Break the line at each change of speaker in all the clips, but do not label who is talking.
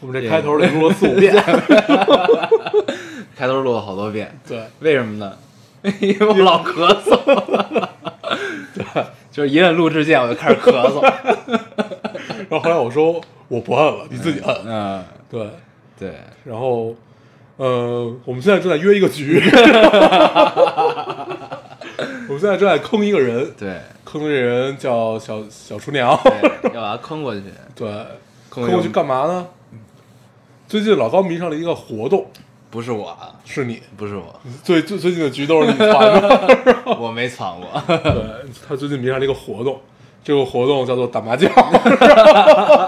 我们这开头得录了四五遍，
开头录了好多遍，
对，
为什么呢？ 因为我老咳嗽， 对，就是一摁录制键我就开始咳 嗽。
然后后来我说我不摁了，你自己摁，
嗯，
对，
对，
然后，呃，我们现在正在约一 个局，我们现在正在坑一个人，
对，
坑的这人叫小小厨娘，
对要把它坑过去。
对，
坑
坑
一个
过去干嘛呢？最近老高迷上了一个活动，
不是我啊，
是你
不是我，
最最最近的局都是你传的，
我没藏过。
对他最近迷上了一个活动，这个活动叫做打麻将。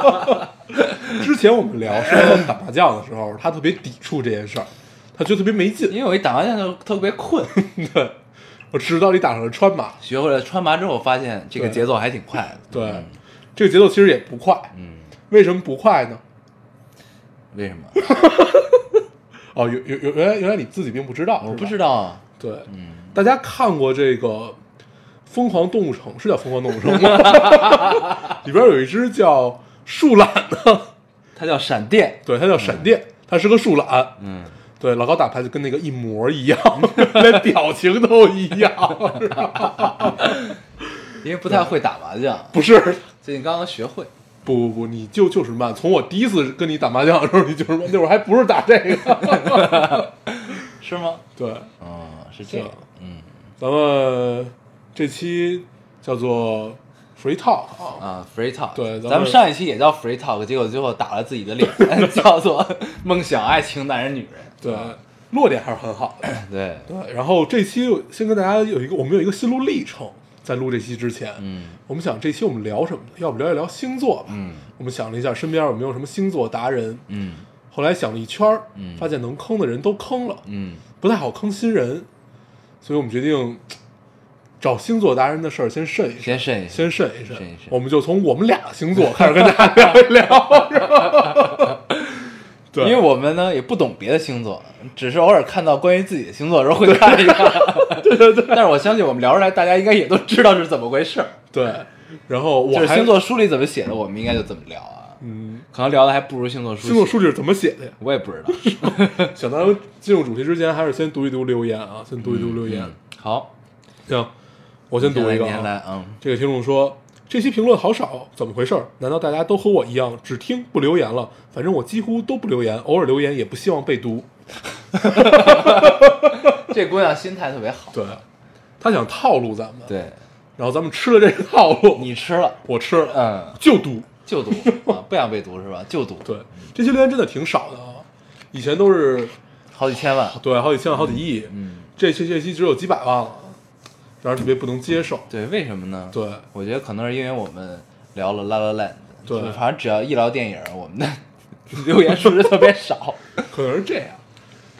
之前我们聊说他打麻将的时候，他特别抵触这件事儿，他觉得特别没劲。
因为我一打麻将就特别困，
对，我直到你打上了川麻，
学会了穿麻之后，发现这个
对
节奏还挺快的。
对、
嗯
这个节奏其实也不快。
嗯，
为什么不快呢？
为什么？
哦，原原原原来原来你自己并不知道，
我
是吧
不知道啊。
对，
嗯，
大家看过这个《疯狂动物城》是叫《疯狂动物城》吗？ 里边有一只叫树懒的，
它叫闪电。
对，它叫闪电，它是个树懒。
嗯，
对，老高打牌就跟那个一模一样， 连表情都一样。 是吧
因为不太会打麻将，
不是，
最近刚刚学会。
不不不，你就就是慢。从我第一次跟你打麻将的时候，你就是慢。那会儿还不是打这个。
是吗？
对，
嗯，是 这样。嗯
咱们这期叫做 free talk 啊，
啊，free talk。
对咱们
咱们上一期也叫 free talk，结果最后打了自己的 脸，叫做梦想、爱情、男人、女人。
对，落点还是很好的。
对，
对，然后这期先跟大家有一个，我们有一个心路历程，在录这期之前，
嗯
我们想这期我们聊什么呢？要不聊一聊星座吧？
嗯
我们想了一下，身边有没有什么星座达人？
嗯
后来想了一圈儿
嗯，
发现能坑的人都坑了，
嗯，
不太好坑新人，所以我们决定找星座达人的事儿先慎一慎，
先慎一慎。
先慎一慎。
慎一慎
我们就从我们俩的星座 开始跟大家聊一聊，是吧？
因
对，
为我们呢也不懂别的星座，只是偶尔看到关于自己的星座的时候会看一 看。对对对。但是我相信我们聊出来，大家应该也都知道是怎么回事儿。
对，然后我
就是
还
星，座书里怎么写的，我们应该就怎么聊啊。
嗯，
可能聊的还不如星座书。
星座，数据是怎么写 的呀？
我也不知道。
想当进入主题之前，还是先读一读留言啊，先读一读留言。
嗯好，
行，我先读一个
先来
啊。，
嗯
这个听众说：“这期评论好少，怎么回事儿？难道大家都和我一样只听不留言了？反正我几乎都不留言，偶尔留言也不希望被读。
这姑娘心态特别好”。
对，他想套路咱们，
对，
然后咱们吃了这个套路，
你吃了。
我吃了，
嗯，
就读。
就读啊，不想被读是吧？就读，
对，这些留言真的挺少的啊，以前都是
好几千万，
对好几千万、好几亿，
嗯，
这期这期只有几百万了，让人特别不能接受。
对，为什么呢？，
对，
我觉得可能是因为我们聊了《La La Land》，
对
就是反正只要一聊电影，我们的 留言数就特别少，
可能是这样，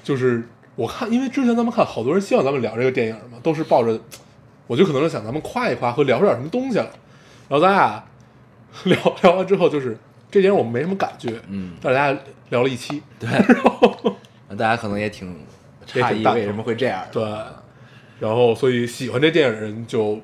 就是我看，因为之前咱们看好多人希望咱们聊这个电影嘛，都是抱着，我就可能是想咱们夸一夸和聊出点什么东西来，然后咱俩聊聊完之后，就是这电影我们没什么感觉，
嗯
但是大家聊了一期，
对，大家可能也挺诧
也
异
挺大
为什么会这样，
对，然后所以喜欢这电影的人就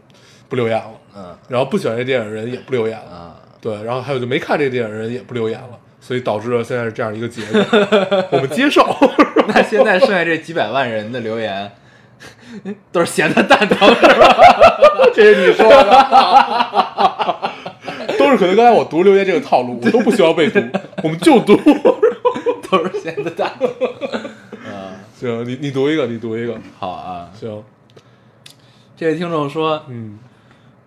不留言了，
嗯
然后不喜欢这电影的人也不留言了，
啊，
对，然后还有就没看这电影的人也不留言了，所以导致了现在是这样一个结果， 我们接受。
那现在剩下这几百万人的留言。都是咸的蛋疼是吧？
这是你说的，都是可能刚才我读留言这个套路，我都不需要被读，我们就读。
都是咸的蛋疼。呃
行，你你读一个，你读一个，
好啊，
行，
这位听众说，
嗯，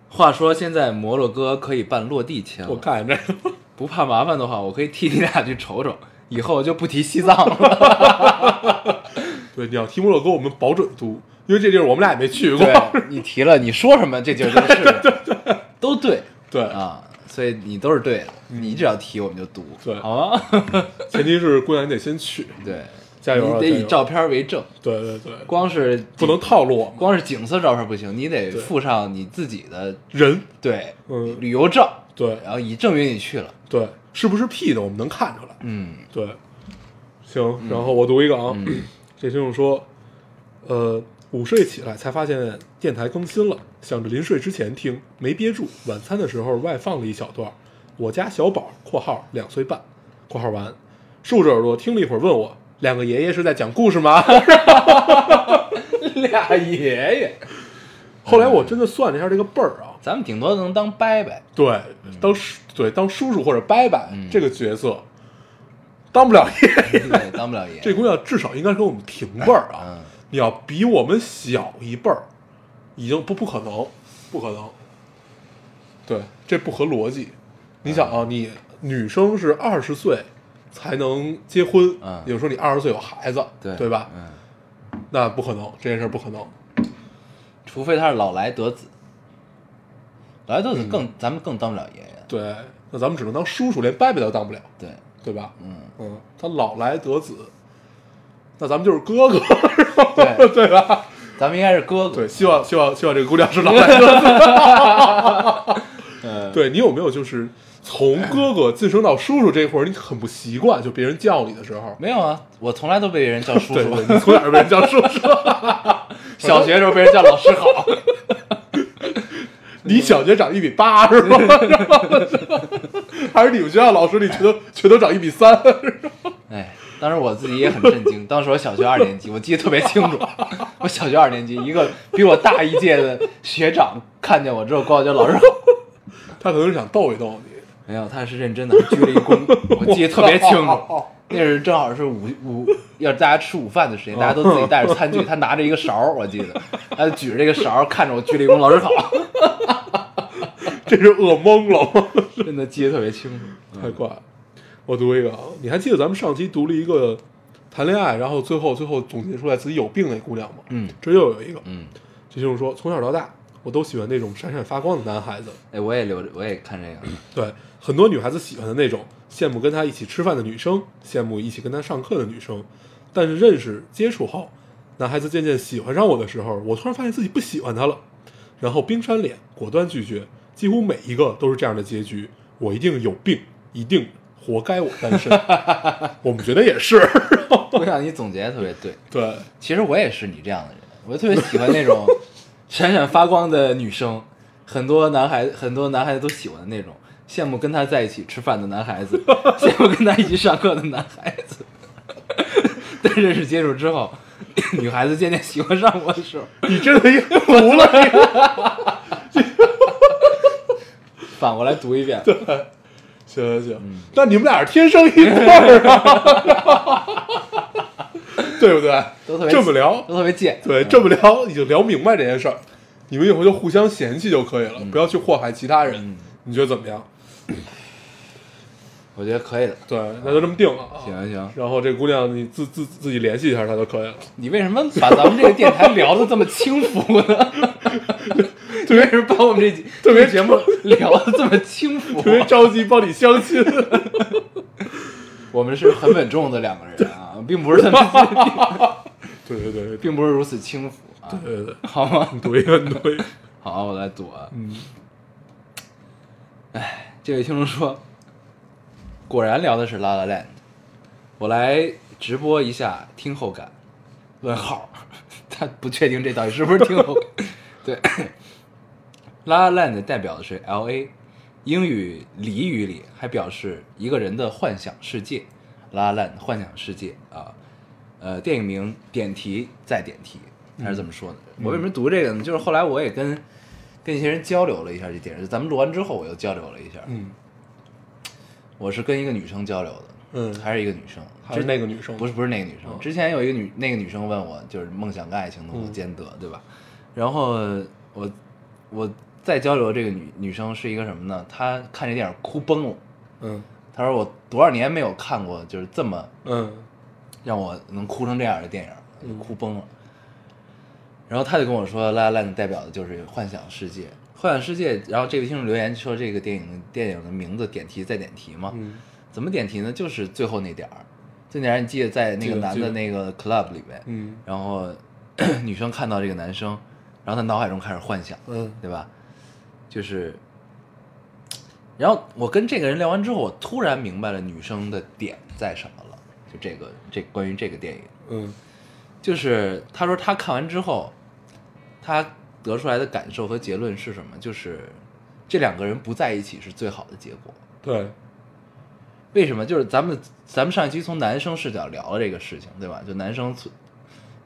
话说现在摩洛哥可以办落地签了，
我看这个，
不怕麻烦的话，我可以替你俩去瞅瞅。以后我就不提西藏了。
对，你要提摩洛哥，我们保准读，因为这地儿我们俩也没去过。
对你提了，你说什么这就是什么，都对
对，
啊。所以你都是对的，你只要提我们就读，
对
好吗？
前提是姑娘你得先去，
对，
加油啊
你得
加
以
油
照片为证，
对对对，
光是
不能套路我们
光是景色照片不行，你得
对
附上你自己的
人，
对
嗯
旅游证，
对
然后以证明你去了。
对，是不是 P 的我们能看出来，
嗯，
对，行，然后我读一个啊， 这听众说，呃，午睡起来才发现电台更新了，想着临睡之前听，没憋住，晚餐的时候外放了一小段儿。我家小宝（括号两岁半）（括号完）竖着耳朵听了一会儿，问我两个爷爷是在讲故事吗？
俩爷爷，
后来我真的算了一下这个辈儿啊，
咱们顶多能当伯伯，
对，当叔对当叔叔或者伯伯、
嗯
这个角色，当不了爷爷。
对当不了爷。
这姑娘至少应该跟我们平辈儿啊。
嗯，
你要比我们小一辈儿，已经不不可能，不可能。对，这不合逻辑。你想
嗯
啊，你女生是二十岁才能结婚，
嗯
也就是说你二十岁有孩子，
对
对吧？
嗯，
那不可能，这件事儿不可能。
除非他是老来得子，老来得子
嗯
更咱们更当不了爷爷。
对，那咱们只能当叔叔，连伯伯都当不了，
对，
对吧？
嗯，
嗯，他老来得子，那咱们就是哥 哥，
对，
对吧？
咱们应该是哥哥。
对，希望希望希望这个姑娘是老来得子。
嗯，
对你有没有就是从哥哥晋升到叔叔这一会儿，你很不习惯，就别人叫你的时候，
没有啊，我从来都被人叫叔
对，
叔
对，你从小就被人叫叔叔，
小学的时候被人叫老师好。
你小学长一米八是吗？ 还是你们学校老师里全都全都长一米三？
哎，当时我自己也很震惊。当时我小学二年级，我记得特别清楚。 我小学二年级，一个比我大一届的学长看见我之后，管我叫老师好。
他可能是想逗一逗你，
没有，他是认真的，鞠了一 躬。我记得特别清楚，那是正好是午午，要是大家吃午饭的时间，大家都自己带着餐 具，他拿着一个勺儿，我记得，他就举着这个勺儿看着我鞠了一躬，老师好，
这是饿懵了吗？
真的记得特别清楚。
太怪了。我读一个啊，你还记得咱们上期读了一个谈恋爱，然后最后最后总结出来自己有病那姑娘吗？
嗯
这又有一个，
嗯，
这就是说从小到大我都喜欢那种闪闪发光的男孩子，
哎，我也留着，我也看这个，
对，很多女孩子喜欢的那种，羡慕跟她一起吃饭的女生，羡慕一起跟她上课的女生。但是认识接触后，男孩子渐渐喜欢上我的时候，我突然发现自己不喜欢他了，然后冰山脸，果断拒绝，几乎每一个都是这样的结局。我一定有病，一定活该我单身。 我们觉得也是，
我想你总结得特别对。
对，
其实我也是你这样的人，我特别喜欢那 种闪闪发光的女生，很多男孩很多男孩子都喜欢的那种，羡慕跟她在一起吃饭的男孩 子，羡慕跟她一起上课的男孩子。但认识接触之后， 女孩子渐渐喜欢上我的时候，
你真的也服了你。
反过来读一遍，
行行
嗯
行，那你们俩是天生一对儿啊， 对不对？
都特别
这么聊，
都特别贱。
对，这么聊已经聊明白这件事儿，你们以后就互相嫌弃就可以了，
嗯
不要去祸害其他人。你觉得怎么样？
我觉得可以的。
对，那就这么定了啊。
行行，
然后这姑娘你自自自己联系一下她就可以了。
你为什么把咱们这个电台聊的这么轻浮 呢？你为什么把我们这集
特别
这节目 聊的这么轻浮啊？
特别着急帮你相亲，
我们是很稳重的两个人啊，并不是这么，
对对对对
并不是如此轻浮啊，
对对，
好吗？
你读一个，你读一个，
好，我来读啊。
嗯，
这位听众说，果然聊的是《La La Land》，我来直播一下听后感。问号， 他不确定这到底是不是听后感。对，《La La Land》代表的是 L A，英语俚语里还表示一个人的幻想世界，《La La Land》幻想世界啊。呃，电影名点题再点题，还是怎么说的？我为什么读这个呢？就是后来我也跟跟一些人交流了一下这电影，就咱们录完之后我又交流了一下。
嗯，
我是跟一个女生交流的，
嗯
还是一个女生，
还是那个女生，哦
不是不是那个女生，之前有一个女那个女生问我，就是梦想跟爱情能否兼得，对吧？然后我我再交流这个女女生是一个什么呢？她看这电影哭崩了，
嗯
她说我多少年没有看过就是这么
嗯
让我能哭成这样的电影，就哭崩了。然后她就跟我说，《La La Land》代表的就是幻想世界，幻想世界》，然后这位听众留言说这个电影电影的名字点题再点题嘛，
嗯，
怎么点题呢？就是最后那点儿，最后那点儿你记得在那
记
个
得
男
记
的
得
那个 club 里面，
嗯
然后 女生看到这个男生，然后她脑海中开始幻想，
嗯
对吧？就是，然后我跟这个人聊完之后，我突然明白了女生的点在什么了。就这个这关于这个电影，
嗯
就是他说他看完之后，他得出来的感受和结论是什么？就是这两个人不在一起是最好的结果。
对，
为什么？就是咱们咱们上一期从男生视角聊了这个事情，对吧？就男生存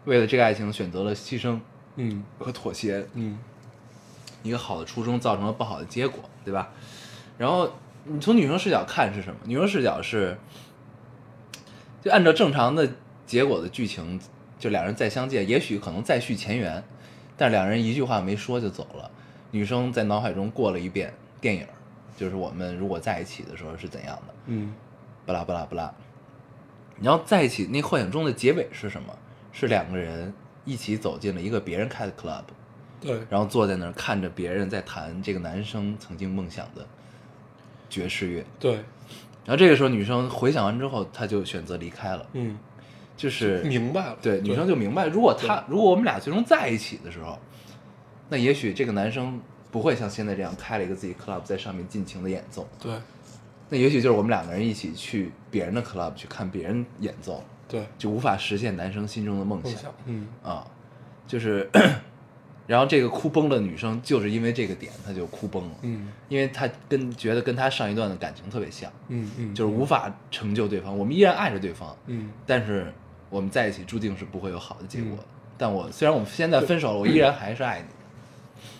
为了这个爱情选择了牺牲
嗯
和妥协，
嗯
一个好的初衷造成了不好的结果，对吧？然后你从女生视角看是什么？女生视角是，就按照正常的结果的剧情，就两人再相见，也许可能再续前缘，但是两人一句话没说就走了。女生在脑海中过了一遍电影，就是我们如果在一起的时候是怎样的，
嗯
巴拉巴拉巴拉。然后在一起那幻想中的结尾是什么？是两个人一起走进了一个别人开的 club，
对，
然后坐在那儿看着别人在弹这个男生曾经梦想的爵士乐。
对，
然后这个时候女生回想完之后，她就选择离开了，
嗯，
就是
明白了，
对女生就明白，如果她如果我们俩最终在一起的时候，那也许这个男生不会像现在这样开了一个自己 club 在上面尽情的演奏，
对
那也许就是我们两个人一起去别人的 club 去看别人演奏，
对，
就无法实现男生心中的梦
梦
想。
想，嗯
啊，就是，然后这个哭崩的女生就是因为这个点，她就哭崩了，
嗯
因为她跟觉得跟她上一段的感情特别像，
嗯嗯，
就是无法成就对方，我们依然爱着对方，
嗯
但是我们在一起注定是不会有好的结果的。但我虽然我们现在分手了，我依然还是爱你。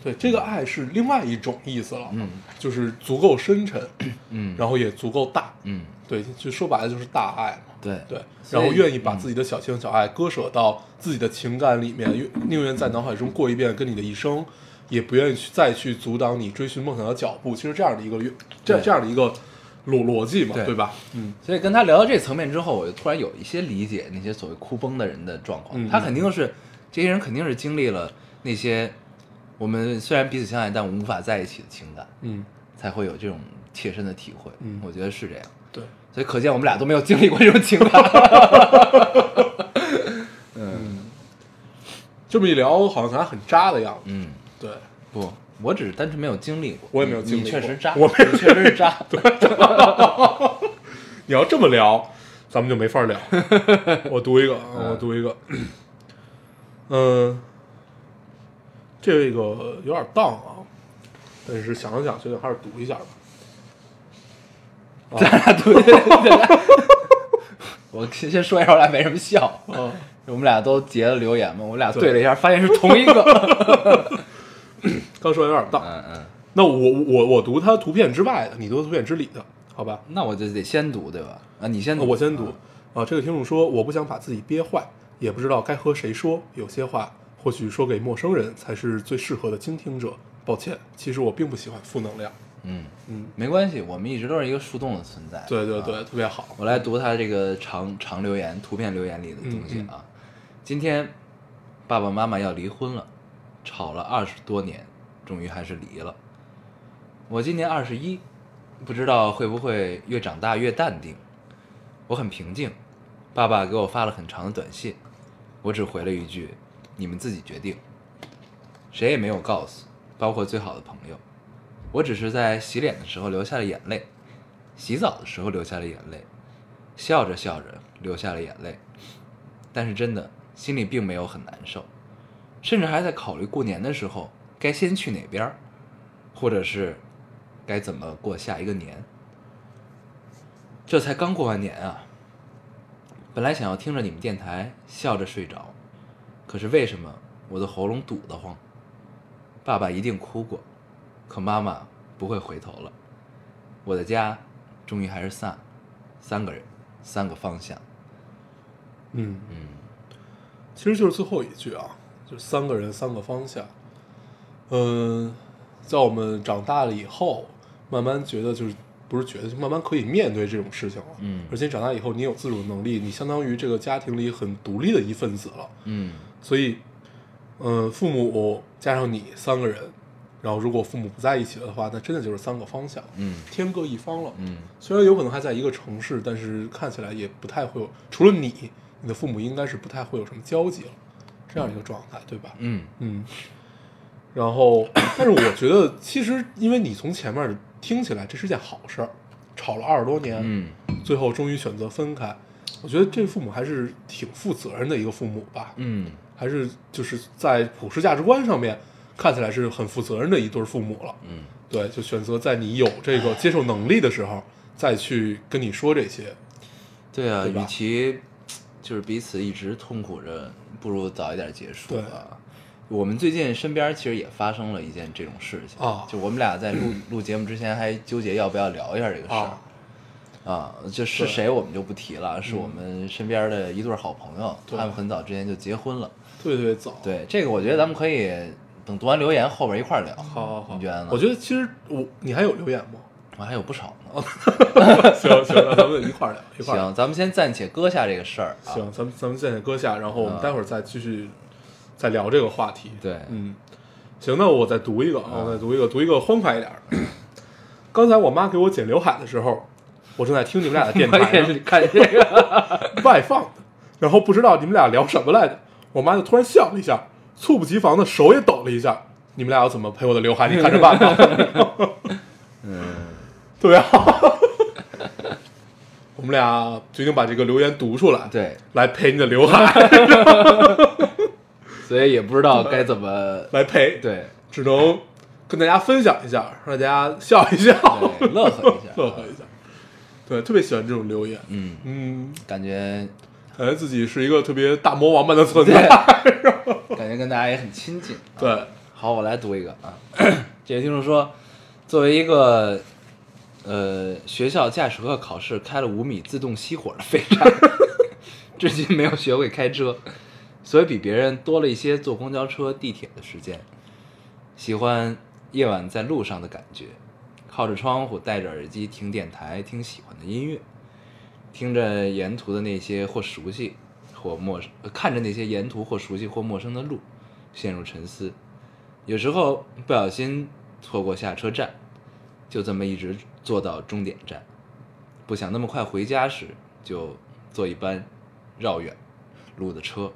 对，这个爱是另外一种意思了，
嗯
就是足够深沉，
嗯，
然后也足够大，
嗯，
对，就说白了就是大爱嘛。
对
对，
所
然后
以嗯
愿意把自己的小情小爱割舍到自己的情感里面，愿宁愿在脑海中过一遍跟你的一生，也不愿意去再去阻挡你追寻梦想的脚步。其实这样的一个这
对
这样的一个逻逻辑嘛，
对
对吧？嗯
所以跟他聊到这层面之后，我就突然有一些理解那些所谓哭崩的人的状况。
嗯
他肯定是这些人肯定是经历了那些我们虽然彼此相爱，但我们无法在一起的情感，
嗯，
才会有这种切身的体会。
嗯
我觉得是这样。
对，
所以可见我们俩都没有经历过这种情感。
这么一聊，好像咱很渣的样子。
嗯，
对，
不，我只是单纯没有经历过。
我也没有
你
经历
你
过
确实渣，
我没有
你确实是 渣。
你要这么聊，咱们就没法 聊。我读一个，啊，我读一个。嗯，这个有点荡啊，但是想了想，决定还是读一下吧。
咱俩 对对对。我先先说一下，我俩为什么笑。
啊，
我们俩都截了留言嘛，我们俩
对
对了一下，发现是同一个。
刚说有点荡，
嗯嗯，
那我我我读他图片之外的，你读图片之里的，好吧？
那我就得先读对吧？啊，你先
那
读，
我先读。
嗯
啊，这个听众说，我不想把自己憋坏，也不知道该和谁说，有些话或许说给陌生人才是最适合的倾听者。抱歉，其实我并不喜欢负能量。
嗯，
嗯，
没关系，我们一直都是一个树洞的存在。
对对
啊
对，特别好。
我来读他这个长长留言、图片留言里的东西啊。今天爸爸妈妈要离婚了，吵了二十多年，终于还是离了。我今年二十一，不知道会不会越长大越淡定。我很平静，爸爸给我发了很长的短信，我只回了一句：“你们自己决定。”谁也没有告诉，包括最好的朋友。我只是在洗脸的时候流下了眼泪，洗澡的时候流下了眼泪，笑着笑着流下了眼泪，但是真的心里并没有很难受，甚至还在考虑过年的时候该先去哪边儿，或者是该怎么过下一个年。这才刚过完年啊，本来想要听着你们电台笑着睡着，可是为什么我的喉咙堵得慌？爸爸一定哭过，可妈妈不会回头了。我的家终于还是散了，三个人，三个方向。
嗯，
嗯
其实就是最后一句啊，就是三个人三个方向。嗯，在我们长大了以后，慢慢觉得就是不是觉得，就慢慢可以面对这种事情了。
嗯
而且长大以后，你有自主能力，你相当于这个家庭里很独立的一份子了。
嗯
所以，嗯、父母加上你三个人，然后如果父母不在一起的话，那真的就是三个方向，
嗯
天各一方了。
嗯
虽然有可能还在一个城市，但是看起来也不太会有，除了你，你的父母应该是不太会有什么交集了，这样一个状态，对吧？
嗯
嗯，然后，但是我觉得，其实因为你从前面听起来这是件好事儿，吵了二十多年，
嗯
最后终于选择分开，我觉得这父母还是挺负责任的一个父母吧，
嗯
还是就是在普世价值观上面看起来是很负责任的一对儿父母了。
嗯，
对，就选择在你有这个接受能力的时候再去跟你说这些。
对啊，
对吧
与其就是彼此一直痛苦着，不如早一点结束
对
啊。我们最近身边其实也发生了一件这种事情
啊
就我们俩 在录录节目之前还纠结要不要聊一下这个事儿
啊
啊，就是谁我们就不提了，是我们身边的一对好朋友，
嗯对
他们很早之前就结婚了。
特别特别早。，
对，这个我觉得咱们可以等读完留言后边一块儿聊。
好好好，
你觉得呢？
我觉得其实我你还有留言 吗？
我还有不少呢。
行行，那咱们一块儿聊，哦一块儿聊。
行，咱们先暂且搁下这个事儿啊。
行， 咱们咱们现在搁下，然后我们
啊
待会儿再继续再聊这个话题。
对
嗯，行，那我再读一个啊，我再读一个，读一个欢快一点儿的。刚才我妈给我剪刘海的时候，我正在听你们俩的电
我
台
也
呢
是看这个，
外放的，然后不知道你们俩聊什么来着，我妈就突然笑了一下，猝不及防的手也抖了一下。你们俩要怎么赔我的刘海？你看着办吧。
嗯
特别好。 我们俩决定把这个留言读出来，，
对，
来赔你的 刘海，
所以也不知道该怎么
来赔，，
对
只能跟大家分享一下，让大家笑一笑，
对乐呵一下，
乐呵一下。对，特别喜欢这种留言，
嗯，
嗯，
感觉
感觉自己是一个特别大魔王般的存在。
感觉跟大家也很亲近。
对，
好，我来读一个啊。 这位听众说，作为一个呃学校驾驶课考试开了五米自动熄火的废柴， 至今没有学会开车，所以比别人多了一些坐公交车、地铁的时间。喜欢夜晚在路上的感觉，靠着窗户，戴着耳机听电台，听喜欢的音乐，听着沿途的那些或熟悉或陌生，呃看着那些沿途或熟悉或陌生的路，陷入沉思。有时候不小心错过下车站，就这么一直坐到终点站。不想那么快回家时，就坐一班绕远路的车。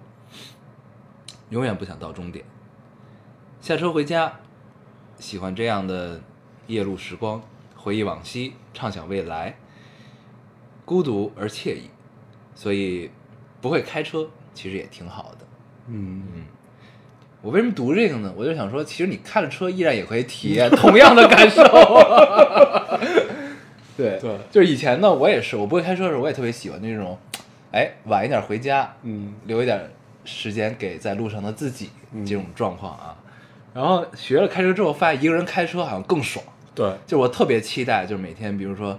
永远不想到终点。下车回家，喜欢这样的夜路时光，回忆往昔，畅想未来，孤独而惬意。所以不会开车其实也挺好的。
嗯，
我为什么读这个呢？我就想说，其实你开了车依然也可以体验 同样的感受。对
对
就是以前呢，我也是，我不会开车的时候，我也特别喜欢那种，哎，晚一点回家，
嗯，
留一点时间给在路上的自己这种状况啊。然后学了开车之后，发现一个人开车好像更爽。
对，
就我特别期待，就是每天，比如说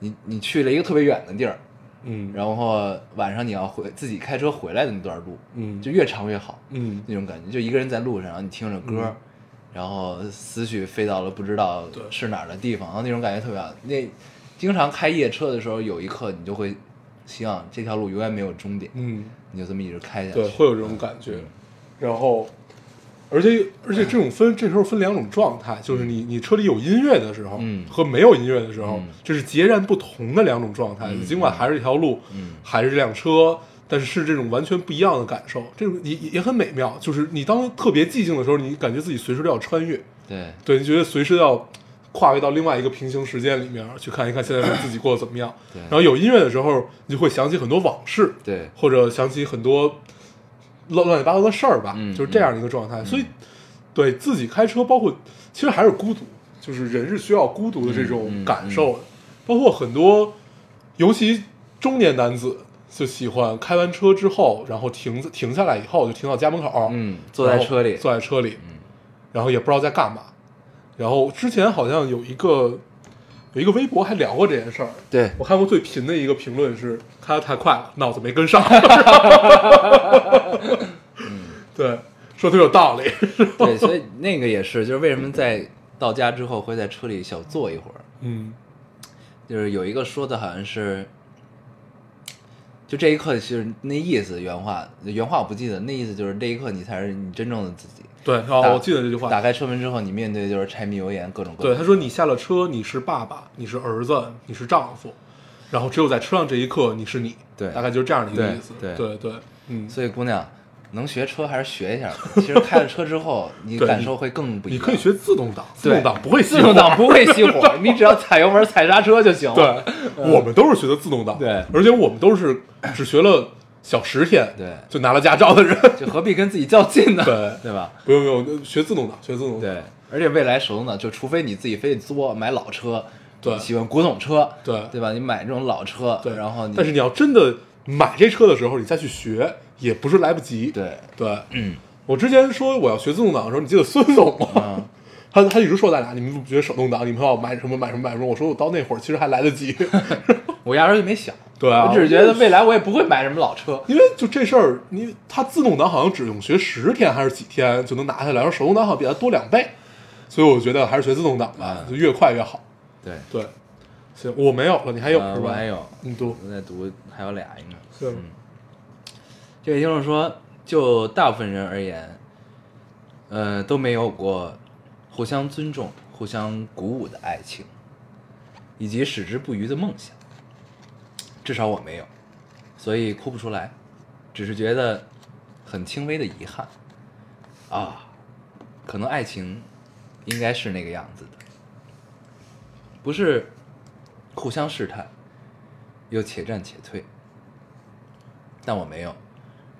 你你去了一个特别远的地儿，
嗯，
然后晚上你要回自己开车回来的那段路，
嗯
就越长越好。
嗯，
那种感觉，就一个人在路上，然后你听着歌，
嗯
然后思绪飞到了不知道
对
是哪儿的地方，然后那种感觉特别好。那经常开夜车的时候，有一刻你就会希望这条路永远没有终点，
嗯，
你就这么一直开下去。
对，会有这种感
嗯
觉。然后，而且而且这种分这时候分两种状态，就是你你车里有音乐的时候，
嗯
和没有音乐的时候
嗯，
这是截然不同的两种状态。
嗯
尽管还是这条路，
嗯
还是这辆车。但是是这种完全不一样的感受，这种也也也很美妙。就是你当特别寂静的时候，你感觉自己随时都要穿越，
对
对，你觉得随时要跨越到另外一个平行时间里面去看一看现在的自己过得怎么样。
对
然后有音乐的时候，你就会想起很多往事，
对
或者想起很多乱乱七八糟的事儿吧，
嗯
就是这样的一个状态。所以，对自己开车，包括其实还是孤独，就是人是需要孤独的这
嗯
种感受的。包括很多，尤其中年男子就喜欢开完车之后，然后停停下来以后，就停到家门口，
嗯坐在
然后
车里
坐在车里，
嗯
然后也不知道在干嘛。然后之前好像有一个有一个微博还聊过这件事儿，
对
我看过最贫的一个评论是开的太快了，脑子没跟上。
嗯
对，说的有道 理。
对，所以那个也是，就是为什么在到家之后会在车里小坐一会儿，
嗯
就是有一个说的好像是，就这一刻，其实那意思原话原话我不记得，那意思就是这一刻你才是你真正的自己。
对，哦
打，
我记得这句话。
打开车门之后，你面对就是柴米油盐各种各
对，
样。
他说你下了车，你是爸爸，你是儿子，你是丈夫，然后只有在车上这一刻，你是你，
对
大概就是这样的一个意思，
对
对对，嗯，
所以姑娘能学车还是学一下。其实开了车之后，你
对
感
你
受会更不一
你
样。
可以学自动挡，自
对
动挡不会熄
自动
火
挡不会熄火，你只要踩油门踩刹车就行了。
对，我们都是学的自动挡，
嗯对
而且我们都是只学了小十天，
对
就拿了驾照的 人，
就何必跟自己较劲呢？
对
对吧？
不用不用，那学自动挡，学自动挡，
对，而且未来手动挡就除非你自己非得作买老车，
对
喜欢古董车，
对
对吧？你买这种老车，
对，
然后你
但是你要真的买这车的时候，你再去学也不是来不及，
对，
对，嗯，我之前说我要学自动挡的时候，你记得孙总吗？
嗯，
他他一直说咱俩，你们不觉得手动挡，你们要买什么买什么买什么？我说我到那会儿其实还来得 及，
我压根儿就没想，
对啊
我只是觉得未来我也不会买什么老车，
因为就这事儿，你它自动挡好像只用学十天还是几天就能拿下来，而手动挡好像比它多两倍，所以我觉得还是学自动挡吧，
嗯
就越快越好。
对，
对，行，我没有了，你还有
呃
是
我
吧？嗯
还，有，
你读，
我在读，还有俩应该。
对，
这位听众说，就大部分人而言，呃，都没有过互相尊重、互相鼓舞的爱情，以及矢志不渝的梦想。至少我没有，所以哭不出来，只是觉得很轻微的遗憾。啊，可能爱情应该是那个样子的，不是互相试探，又且战且退。但我没有。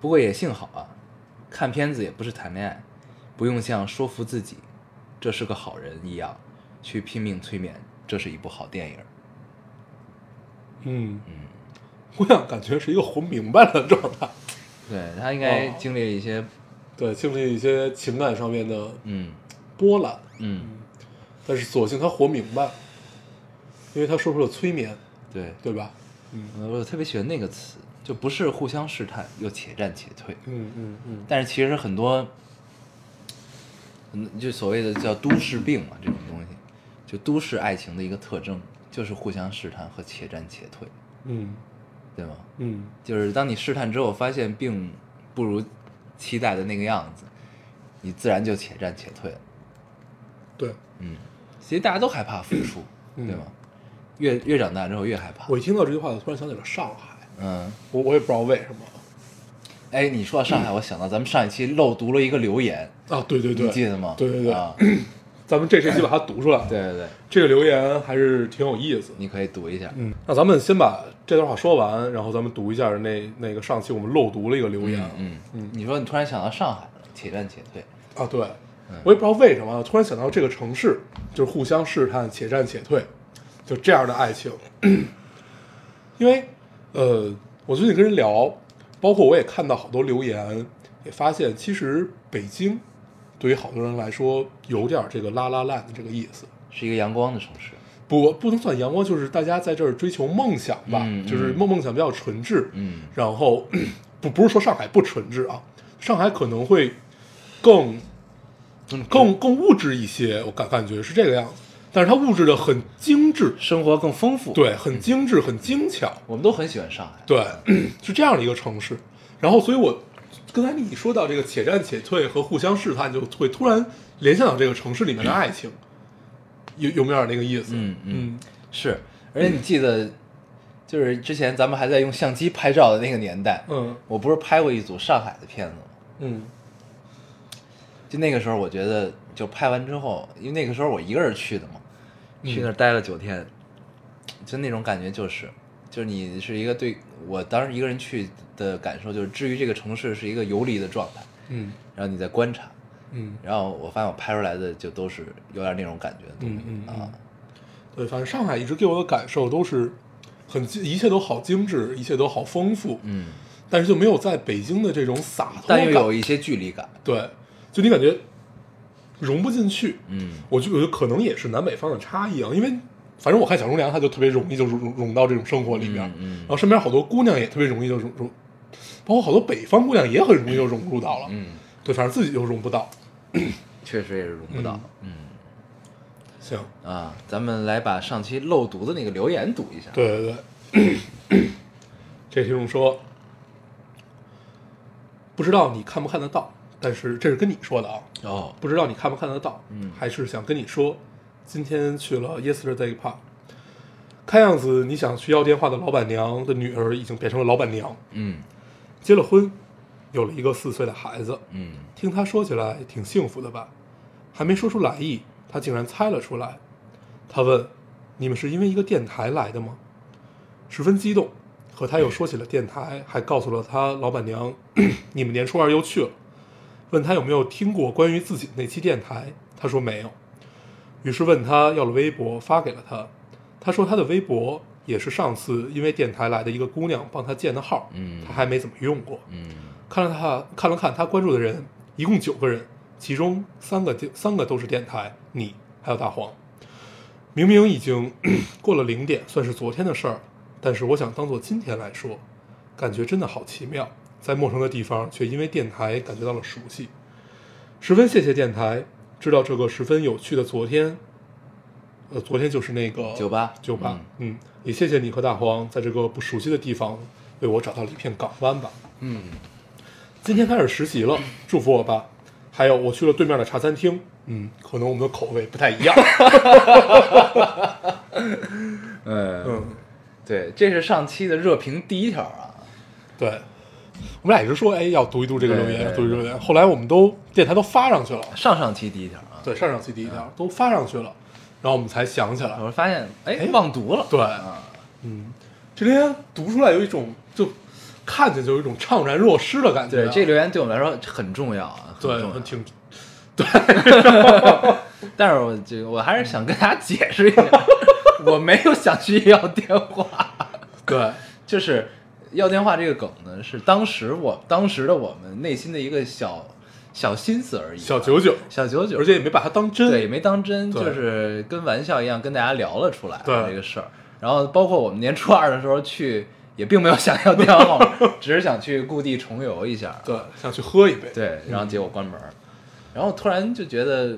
不过也幸好啊，看片子也不是谈恋爱，不用像说服自己这是个好人一样去拼命催眠这是一部好电影。
嗯嗯，姑娘感觉是一个活明白了的状态，
对他应该
哦
经历了一些，
对，经历一些情感上面的
嗯
波澜，
嗯，
但是索性她活明白了，因为她说出了催眠，
对，
对吧？
呃我特别喜欢那个词，就不是互相试探，又且战且退。
嗯嗯嗯，
但是其实很多，嗯，就所谓的叫都市病嘛，这种东西，就都市爱情的一个特征，就是互相试探和且战且退，
嗯
对吗？
嗯，
就是当你试探之后，发现并不如期待的那个样子，你自然就且战且退了。
对
嗯，其实大家都害怕付出，
嗯
对吗？越越长大之后越害怕。
我一听到这句话，我突然想起了上海，
嗯，
我我也不知道为什么
哎，你说到上海，我想到咱们上一期漏读了一个留言，
啊，对对对，
你记得吗？
对对对，
啊，
咱们这期就把它读出来了。
对对对，
这个留言还是挺有意思的。
你可以读一下。
嗯，那咱们先把这段话说完，然后咱们读一下那那个上期我们漏读了一个留言、
嗯嗯，你说你突然想到上海了，且战且退。
啊，对，我也不知道为什么，突然想到这个城市就是互相试探，且战且退，就这样的爱情。因为呃，我最近跟人聊，包括我也看到好多留言，也发现其实北京对于好多人来说有点这个拉拉烂的这个意思。
是一个阳光的城市，
不不能算阳光，就是大家在这儿追求梦想吧，
嗯嗯
就是梦梦想比较纯质，
嗯
然后 不不是说上海不纯质啊，上海可能会更更更物质一些，我感感觉是这个样子，但是它物质的很精致，
生活更丰富。，
对，很精致，很精巧，
我们都很喜欢上海。
对，是这样的一个城市。然后，所以我刚才你说到这个且战且退和互相试探，就会突然联想到这个城市里面的爱情，有有没有点那个意思？
嗯嗯
嗯
是，而且你记得，就是之前咱们还在用相机拍照的那个年代，
嗯
我不是拍过一组上海的片子吗？
嗯
就那个时候，我觉得就拍完之后，因为那个时候我一个人去的嘛，去那儿待了九天，就那种感觉就是，就是你是一个对我当时一个人去的感受，就是至于这个城市是一个游离的状态，
嗯
然后你在观察，
嗯，
然后我发现我拍出来的就都是有点那种感觉的东西、
嗯嗯嗯
啊，
对，反正上海一直给我的感受都是很精一切都好精致，一切都好丰富，
嗯，
但是就没有在北京的这种洒脱
但又有
感。
一些距离感，
对，就你感觉融不进去。
嗯
我就我觉得可能也是南北方的差异啊，因为反正我看小厨娘，她就特别容易就融融到这种生活里面，
嗯嗯
然后身边好多姑娘也特别容易就融融，包括好多北方姑娘也很容易就融入到了。
嗯，
对，反正自己就融不到。
确实也是融不到，嗯
行，
啊，咱们来把上期漏读的那个留言读一下。
对对对， 这听众说，不知道你看不看得到，但是这是跟你说的啊，
哦，
不知道你看不看得到，
嗯
还是想跟你说，今天去了 Yesterday Pub，看样子你想去要电话的老板娘的女儿已经变成了老板娘，
嗯
结了婚，有了一个四岁的孩子，
嗯
听她说起来挺幸福的吧？还没说出来意，她竟然猜了出来。她问：“你们是因为一个电台来的吗？”十分激动，和她又说起了电台，还告诉了她老板娘， 你们年初二又去了。问她有没有听过关于自己的那期电台，她说没有。于是问她要了微博，发给了她。她说她的微博也是上次因为电台来的一个姑娘帮她建的号，
嗯
她还没怎么用过。
嗯
看了他看了看他关注的人，一共九个人，其中三个三个都是电台，你还有大黄。明明已经 过了零点，算是昨天的事儿，但是我想当做今天来说，感觉真的好奇妙，在陌生的地方却因为电台感觉到了熟悉，十分谢谢电台，知道这个十分有趣的昨天，呃，昨天就是那个
酒吧
酒吧，嗯，也谢谢你和大黄在这个不熟悉的地方为我找到了一片港湾吧。
嗯，
今天开始实习了，祝福我吧。还有，我去了对面的茶餐厅，嗯，可能我们的口味不太 一样。
嗯，
嗯，
对，这是上期的热评第一条啊。
对，我们俩一直说，哎，要读一读这个留言，
对
要读一读留言。后来我们都电台都发上去了，
上上期第一条啊，
对，上上期第一条都发上去了，然后我们才想起来，
我发现哎
哎
忘读了，
对
啊，
嗯，这留言读出来有一种就看见就有一种怅然若失的感觉
对
啊。
这留言对我们来说很重要啊，很重要
对挺
但是我这个我还是想跟大家解释 一下，我没有想去要电话，
对
就是要电话这个梗呢，是当时我当时的我们内心的一个小小心思而已，啊
小九九，
小九九，
而且也没把它当真。
对，也没当真，
对
就是跟玩笑一样跟大家聊了出来
对
这个事儿。然后包括我们年初二的时候去，也并没有想要电话号码， 只是想去故地重游一下。
对，想去喝一杯。
对，然后结果关门儿，然后突然就觉得，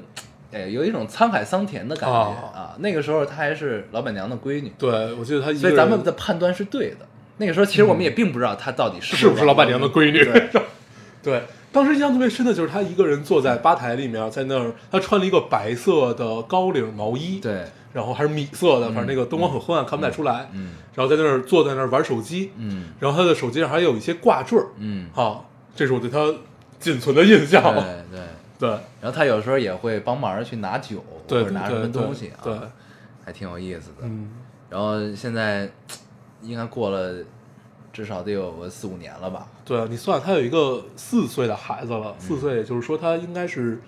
哎，有一种沧海桑田的感觉
哦
啊。那个时候她还是老板娘的闺女，
对，我记得他一个
所以咱们
人
的判断是对的。那个时候其实我们也并不知道她到底
嗯是
是
不是老板娘的闺女？
对
对，当时印象特别深的就是她一个人坐在吧台里面，在那儿，她穿了一个白色的高领毛衣，，
对，
然后还是米色的，反正那个灯光很昏暗，看不太出来。
嗯
然后在那儿坐在那儿玩手机，
嗯
然后她的手机上还有一些挂坠儿，
嗯，
啊，这是我对她仅存的印象。
对对。
对
然后她有时候也会帮忙去拿酒，
对，
或者拿什
对
么
对
东西啊，
对，
还挺有意思的。
嗯，
然后现在应该过了至少得有个四五年了吧？
对啊你算，她有一个四岁的孩子了，四岁，也就是说她应该是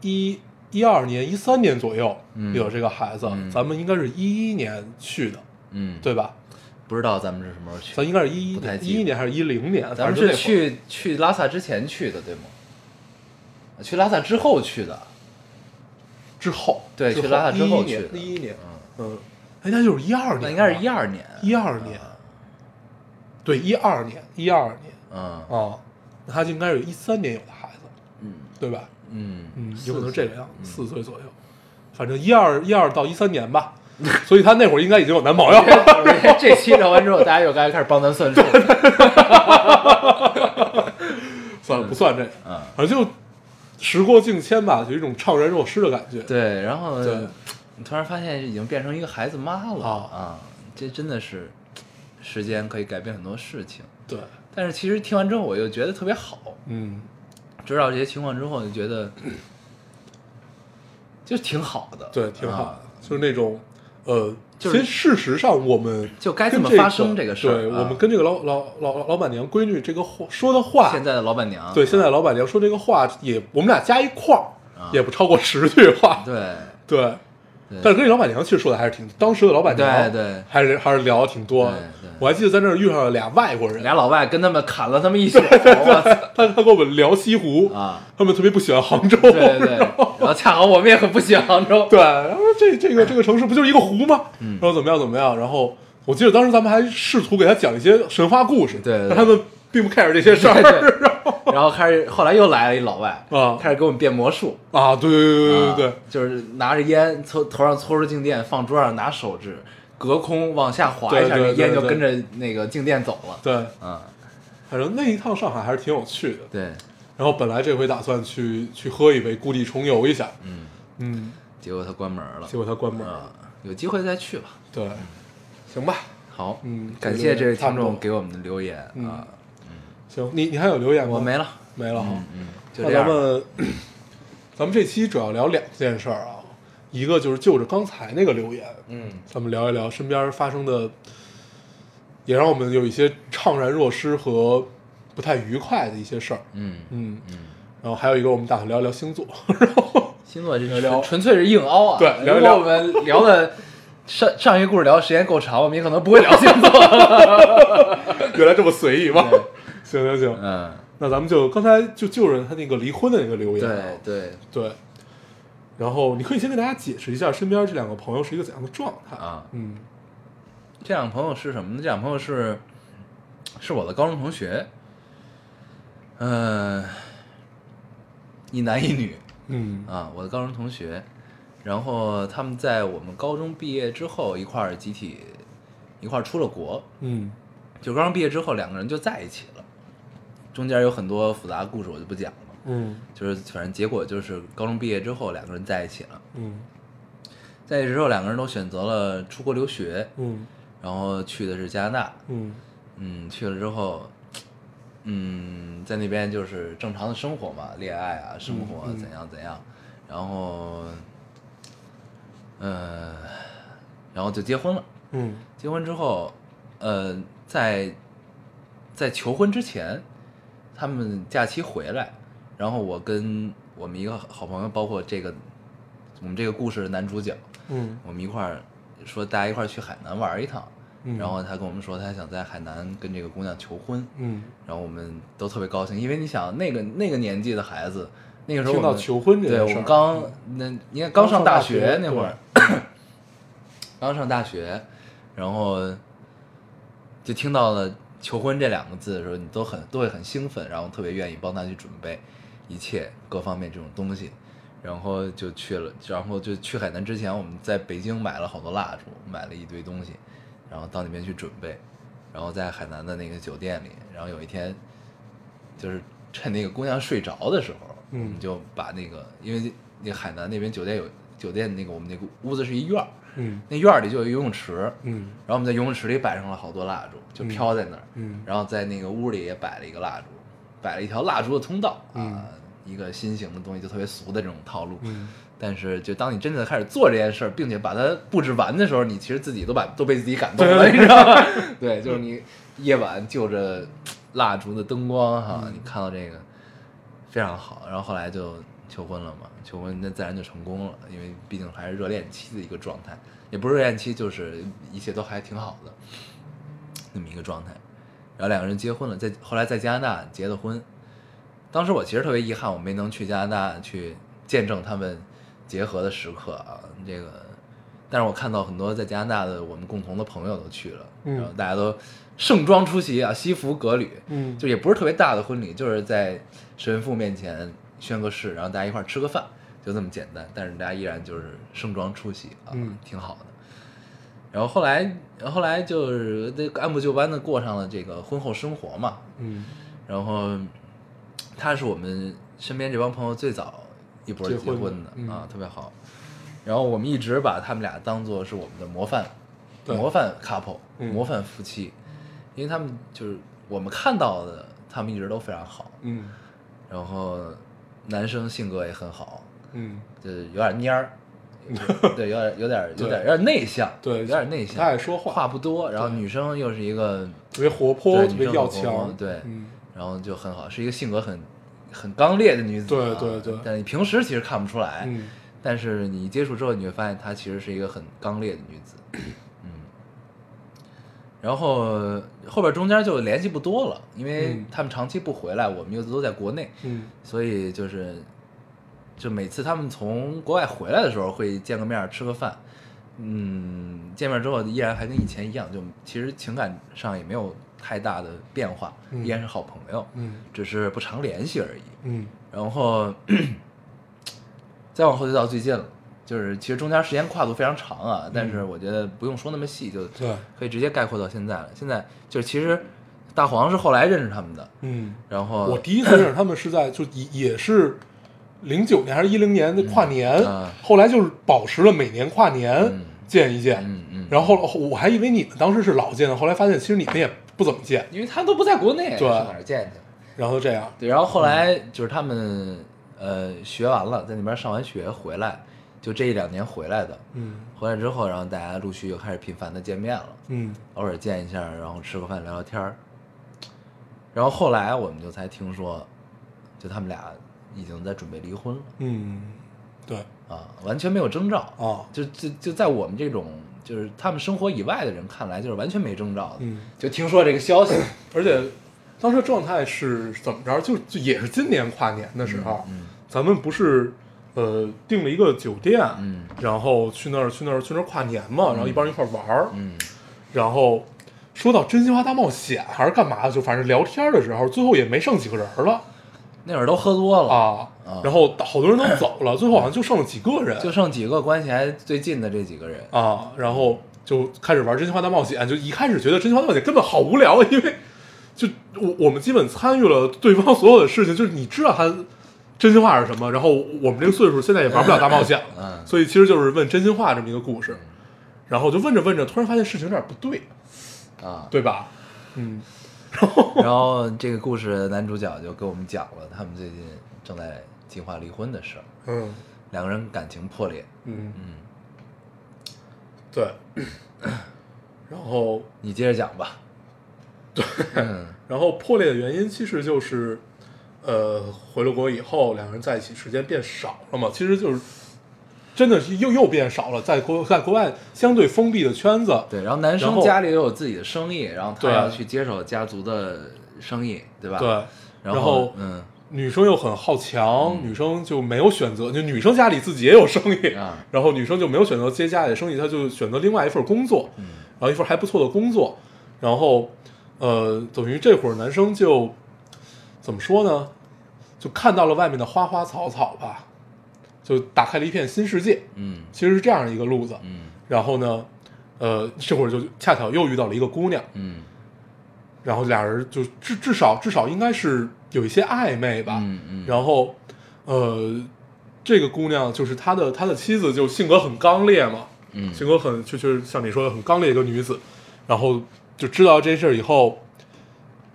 一一二年、一三年左右
嗯
有这个孩子，
嗯
咱们应该是一一年去的，
嗯，，
对吧？
不知道咱们是什么时候去
咱应该是一一
不太
年、
记
一
得
一年还是一零年？
咱
反
们
正
是
就那会儿
去去拉萨之前去的，对吗？去拉萨之后去的，
之后，
对
之
去拉萨之后
一一
去
年
的
一一年，
嗯，
嗯，哎，那就是一二年吧，
那应该是一二年，
一二年，对，一二年，一二年
嗯
啊，那他就应该是一三年有的孩子，
嗯
对吧？
嗯
嗯，
四
有可能
岁嗯
这个样子，四岁左右，反正一二一二到一三年吧，所以他那会儿应该已经有男朋友 了。
这这期聊完之后，大家又该开始帮咱算数 了。
算了，不算这个，
嗯，
反正就时过境迁吧，有一种怅然若失的感觉。
对，然后
对
你突然发现已经变成一个孩子妈了
啊
啊！这真的是时间可以改变很多事情。
对，
但是其实听完之后，我又觉得特别好，
嗯，
知道这些情况之后，就觉得 就挺好的，
对，挺好的
啊，
就是那种呃，
就是
其实事实上我们
就该这
跟
么
这
发
个
生这个事儿
对，
啊
我们跟这个老老老老老板娘闺女这个话说的话，
现在的老板娘，
对现在老板娘说这个话也，我们俩加一块儿
啊
也不超过十句话。
对
对，
对
但是跟这老板娘其实说的还是挺，当时的老板娘
对对
还是还是聊的挺多的
对对。
我还记得在那儿遇上了俩外国人，
俩老外跟他们砍了他们一宿，我
他他跟我们聊西湖
操，啊，
他们特别不喜欢杭州，
对对对，
然后
然后恰好我们也很不喜欢杭州，
对，然后这这个这个城市不就是一个湖吗？
嗯
然后怎么样怎么样？然后我记得当时咱们还试图给他讲一些神话故事，
对对对
但他们并不 care 这些事儿，
对对
然后
然后开始后来又来了一老外
啊
开始给我们变魔术，
啊，对对对对对
啊就是拿着烟从头上搓着静电放桌上拿手指，隔空往下滑一下，那
对对对
烟就
对
跟着那个静电走了。
对，
嗯，
反正那一趟上海还是挺有趣的。
对，
然后本来这回打算去去喝一杯，故地重游一下，
嗯，
嗯，
结果他关门了。
结果他关门了。
嗯，有机会再去吧。
对，行吧，
好，
嗯
感
这
谢
个
这位
差
听
不多
众给我们的留言
嗯
啊，
行，你你还有留言吗？
我没了，
没了哈。
嗯，就
那
这样
咱
吧。
们咱们这期主要聊两件事儿啊，一个就是就着刚才那个留言，
嗯，
咱们聊一聊身边发生的，也让我们有一些怅然若失和不太愉快的一些事儿。
嗯
嗯，
嗯，
然后还有一个我们打算聊一聊星座，然后
星座这
聊
纯
聊
纯粹是硬凹啊。
对聊
如果
一聊
我们聊的上上一个故事聊的时间够长，我们也可能不会聊星 座。
原来这么随意吗？行行行，
嗯，
那咱们就刚才就就着他那个离婚的那个留言
对
啊，
对
对，然后你可以先给大家解释一下身边这两个朋友是一个怎样的状态
啊
嗯
这两个朋友是什么呢？这两个朋友是是我的高中同学，嗯、一男一女
嗯
啊，我的高中同学。然后他们在我们高中毕业之后一块儿集体一块儿出了国，
嗯
就高中毕业之后两个人就在一起了。中间有很多复杂的故事，我就不讲了。
嗯
就是反正结果就是高中毕业之后两个人在一起了，
嗯
在一起之后两个人都选择了出国留学，
嗯
然后去的是加拿大，
嗯
嗯，去了之后，嗯，在那边就是正常的生活嘛，恋爱啊，生活啊
嗯嗯
怎样怎样，然后，呃，然后就结婚了。
嗯
结婚之后，呃，在在求婚之前，他们假期回来，然后我跟我们一个好朋友，包括这个我们这个故事的男主角，
嗯
我们一块儿说大家一块儿去海南玩一趟，
嗯
然后他跟我们说他想在海南跟这个姑娘求婚，
嗯，
然后我们都特别高兴，因为你想那个那个年纪的孩子，那个时候
听
我
到
们
求婚这
对，
件
我
事儿嗯
们刚那你看刚上大学
刚上大学
那会儿，刚上大学，然后就听到了“求婚”这两个字的时候，你都很都会很兴奋，然后特别愿意帮他去准备一切各方面这种东西，然后就去了，然后就去海南之前，我们在北京买了好多蜡烛，买了一堆东西，然后到那边去准备，然后在海南的那个酒店里，然后有一天就是趁那个姑娘睡着的时候，
嗯
我们就把那个，因为那海南那边酒店有酒店那个我们那个屋子是一院儿，
嗯
那院儿里就有游泳池，
嗯
然后我们在游泳池里摆上了好多蜡烛，就飘在那儿，
嗯
然后在那个屋里也摆了一个蜡烛，摆了一条蜡烛的通道啊，
嗯
一个新型的东西，就特别俗的这种套路。
嗯
但是，就当你真正开始做这件事儿，并且把它布置完的时候，你其实自己都把都被自己感动了，
对
你知道 吗？对，就是你夜晚就着蜡烛的灯光哈，
嗯
你看到这个非常好。然后后来就求婚了嘛，求婚那自然就成功了，因为毕竟还是热恋期的一个状态，也不是热恋期，就是一切都还挺好的那么一个状态。然后两个人结婚了，在后来在加拿大结的婚。当时我其实特别遗憾，我没能去加拿大去见证他们结合的时刻啊。这个，但是我看到很多在加拿大的我们共同的朋友都去了，
嗯
然后大家都盛装出席啊，西服革履，
嗯
就也不是特别大的婚礼，就是在神父面前宣个誓，然后大家一块儿吃个饭，就这么简单。但是大家依然就是盛装出席啊，
嗯
挺好的。然后后来，后来就是那个按部就班的过上了这个婚后生活嘛，
嗯
然后他是我们身边这帮朋友最早一波结
结婚的
婚的
嗯
啊，特别好。然后我们一直把他们俩当做是我们的模范，
对
模范 couple，、
嗯
模范夫妻，因为他们就是我们看到的，他们一直都非常好。
嗯
然后男生性格也很好，
嗯，
就是有点蔫儿， 对，有点有点有点有点内向，
对
有点内
不
向，
太爱说话
话不多。然后
对
女生又是一个
特别活泼，
对
特别
女生
要
很活泼
强，
对
嗯
然后就很好，是一个性格很很刚烈的女子、啊。
对对对
但你平时其实看不出来，
嗯
但是你接触之后，你会发现她其实是一个很刚烈的女子。嗯。然后后边中间就联系不多了，因为
嗯
他们长期不回来，我们又都在国内，
嗯
所以就是就每次他们从国外回来的时候会见个面儿吃个饭。嗯，见面之后依然还跟以前一样，就其实情感上也没有太大的变化，
嗯
依然是好朋友。
嗯
只是不常联系而已。
嗯
然后再往后就到最近了，就是其实中间时间跨度非常长啊，但是我觉得不用说那么细，就
嗯对，
可以直接概括到现在了。现在就是其实大黄是后来认识他们的，
嗯，
然后
我第一次认识他们是在就也也是零九年还是一零年的跨年
啊，
后来就是保持了每年跨年
嗯
见一见，
嗯嗯，
然后我还以为你们当时是老见的，后来发现其实你们也不怎么见，
因为他都不在国内，
对
上哪儿见去？
然后就这样，
对，然后后来就是他们呃学完了，在那边上完学回来，就这一两年回来的，
嗯
回来之后，然后大家陆续又开始频繁的见面了，
嗯
偶尔见一下，然后吃个饭聊聊天儿。然后后来我们就才听说，就他们俩已经在准备离婚了
嗯，对
啊，完全没有征兆
啊，
就就就在我们这种就是他们生活以外的人看来，就是完全没征兆的，
嗯，
就听说这个 消息，
而且当时状态是怎么着？就就也是今年跨年的时候，
嗯
咱们不是呃订了一个酒店，
嗯
然后去那儿去那儿去那儿跨年嘛，然后一帮人一块儿玩儿，
嗯
然后说到真心话大冒险还是干嘛的，就反正聊天的时候，最后也没剩几个人了
那会儿都喝多了，
啊
啊，
然后好多人都走了，最后好像就剩了几个人，
就剩几个关系还最近的这几个人，
啊，然后就开始玩真心话大冒险，就一开始觉得真心话大冒险根本好无聊，因为就我我们基本参与了对方所有的事情，就是你知道他真心话是什么，然后我们这个岁数现在也玩不了大冒险了，
嗯
所以其实就是问真心话这么一个故事，然后就问着问着，突然发现事情有点不对，
啊，
对吧？嗯，
然后这个故事男主角就给我们讲了他们最近正在计划离婚的事儿，
嗯
两个人感情破裂，
嗯，
嗯，
对， 然后
你接着讲吧，对，嗯
然后破裂的原因其实就是，呃，回了国以后，两个人在一起时间变少了嘛，其实就是真的是又又变少了，在国在国外相对封闭的圈子，
对，然后男
然
生
后
家里又有自己的生意，然后他
对啊
要去接手家族的生意，对吧？
对，，
然
然后
嗯
女生又很好强，女生就没有选择，就女生家里自己也有生意，
啊
然后女生就没有选择接家里的生意，她就选择另外一份工作，
嗯
然后一份还不错的工作，然后呃，等于这会儿男生就怎么说呢，就看到了外面的花花草草吧，就打开了一片新世界，
嗯
其实是这样一个路子。
嗯
然后呢，呃，这会儿就恰巧又遇到了一个姑娘，
嗯
然后俩人就至至少至少应该是有一些暧昧吧，
嗯嗯，
然后，呃，这个姑娘就是他的他的妻子，就性格很刚烈嘛，
嗯
性格很就就是像你说的很刚烈一个女子，然后就知道这事儿以后，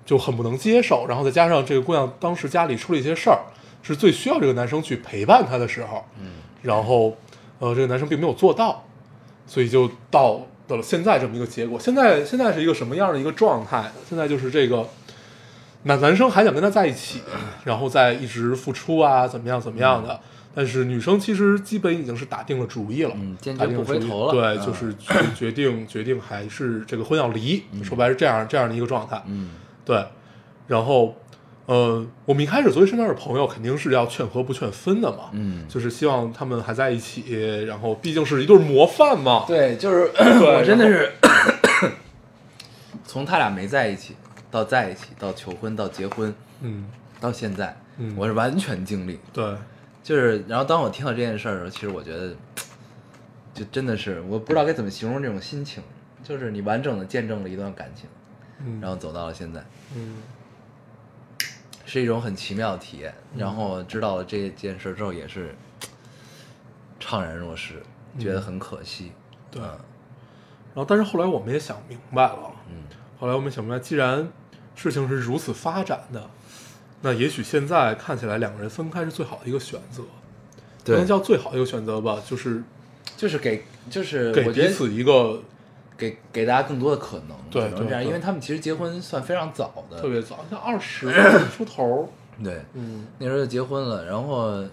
就很不能接受，然后再加上这个姑娘当时家里出了一些事儿，是最需要这个男生去陪伴她的时候，
嗯
然后，呃，这个男生并没有做到，所以就到到了现在这么一个结果。现在现在是一个什么样的一个状态呢？现在就是这个男男生还想跟他在一起，然后再一直付出啊，怎么样怎么样
嗯
的。但是女生其实基本已经是打定了主意了，
嗯坚决
打定了
不回
主意
头了嗯
对，就是 决决定决定还是这个婚要离，说白了是这样这样的一个状态。
嗯
对，然后呃，我们一开始作为身边的朋友，肯定是要劝和不劝分的嘛。
嗯，
就是希望他们还在一起，然后毕竟是一对模范嘛。
对，就是
对
我真的是从他俩没在一起到在一起到求婚到结婚
嗯，
到现在，
嗯
我是完全经历。
对，
就是，然后当我听到这件事儿的时候，其实我觉得，就真的是我不知道该怎么形容这种心情，就是你完整的见证了一段感情，
嗯，
然后走到了现在，
嗯
是一种很奇妙的体验。
嗯
然后知道了这件事之后，也是怅然若失，觉得
嗯
很可惜。
对。然后，但是后来我们也想明白了，
嗯
后来我们想明白，既然事情是如此发展的，那也许现在看起来两个人分开是最好的一个选择，不能
对，
叫最好的一个选择吧，就是
就是给，就是
给
我觉
彼
得
此一个
给给大家更多的可能，
对
只能这样，
对对
因为他们其实结婚算非常早的，
特别早，像 二十出头，
对，
嗯
那时候就结婚了，然后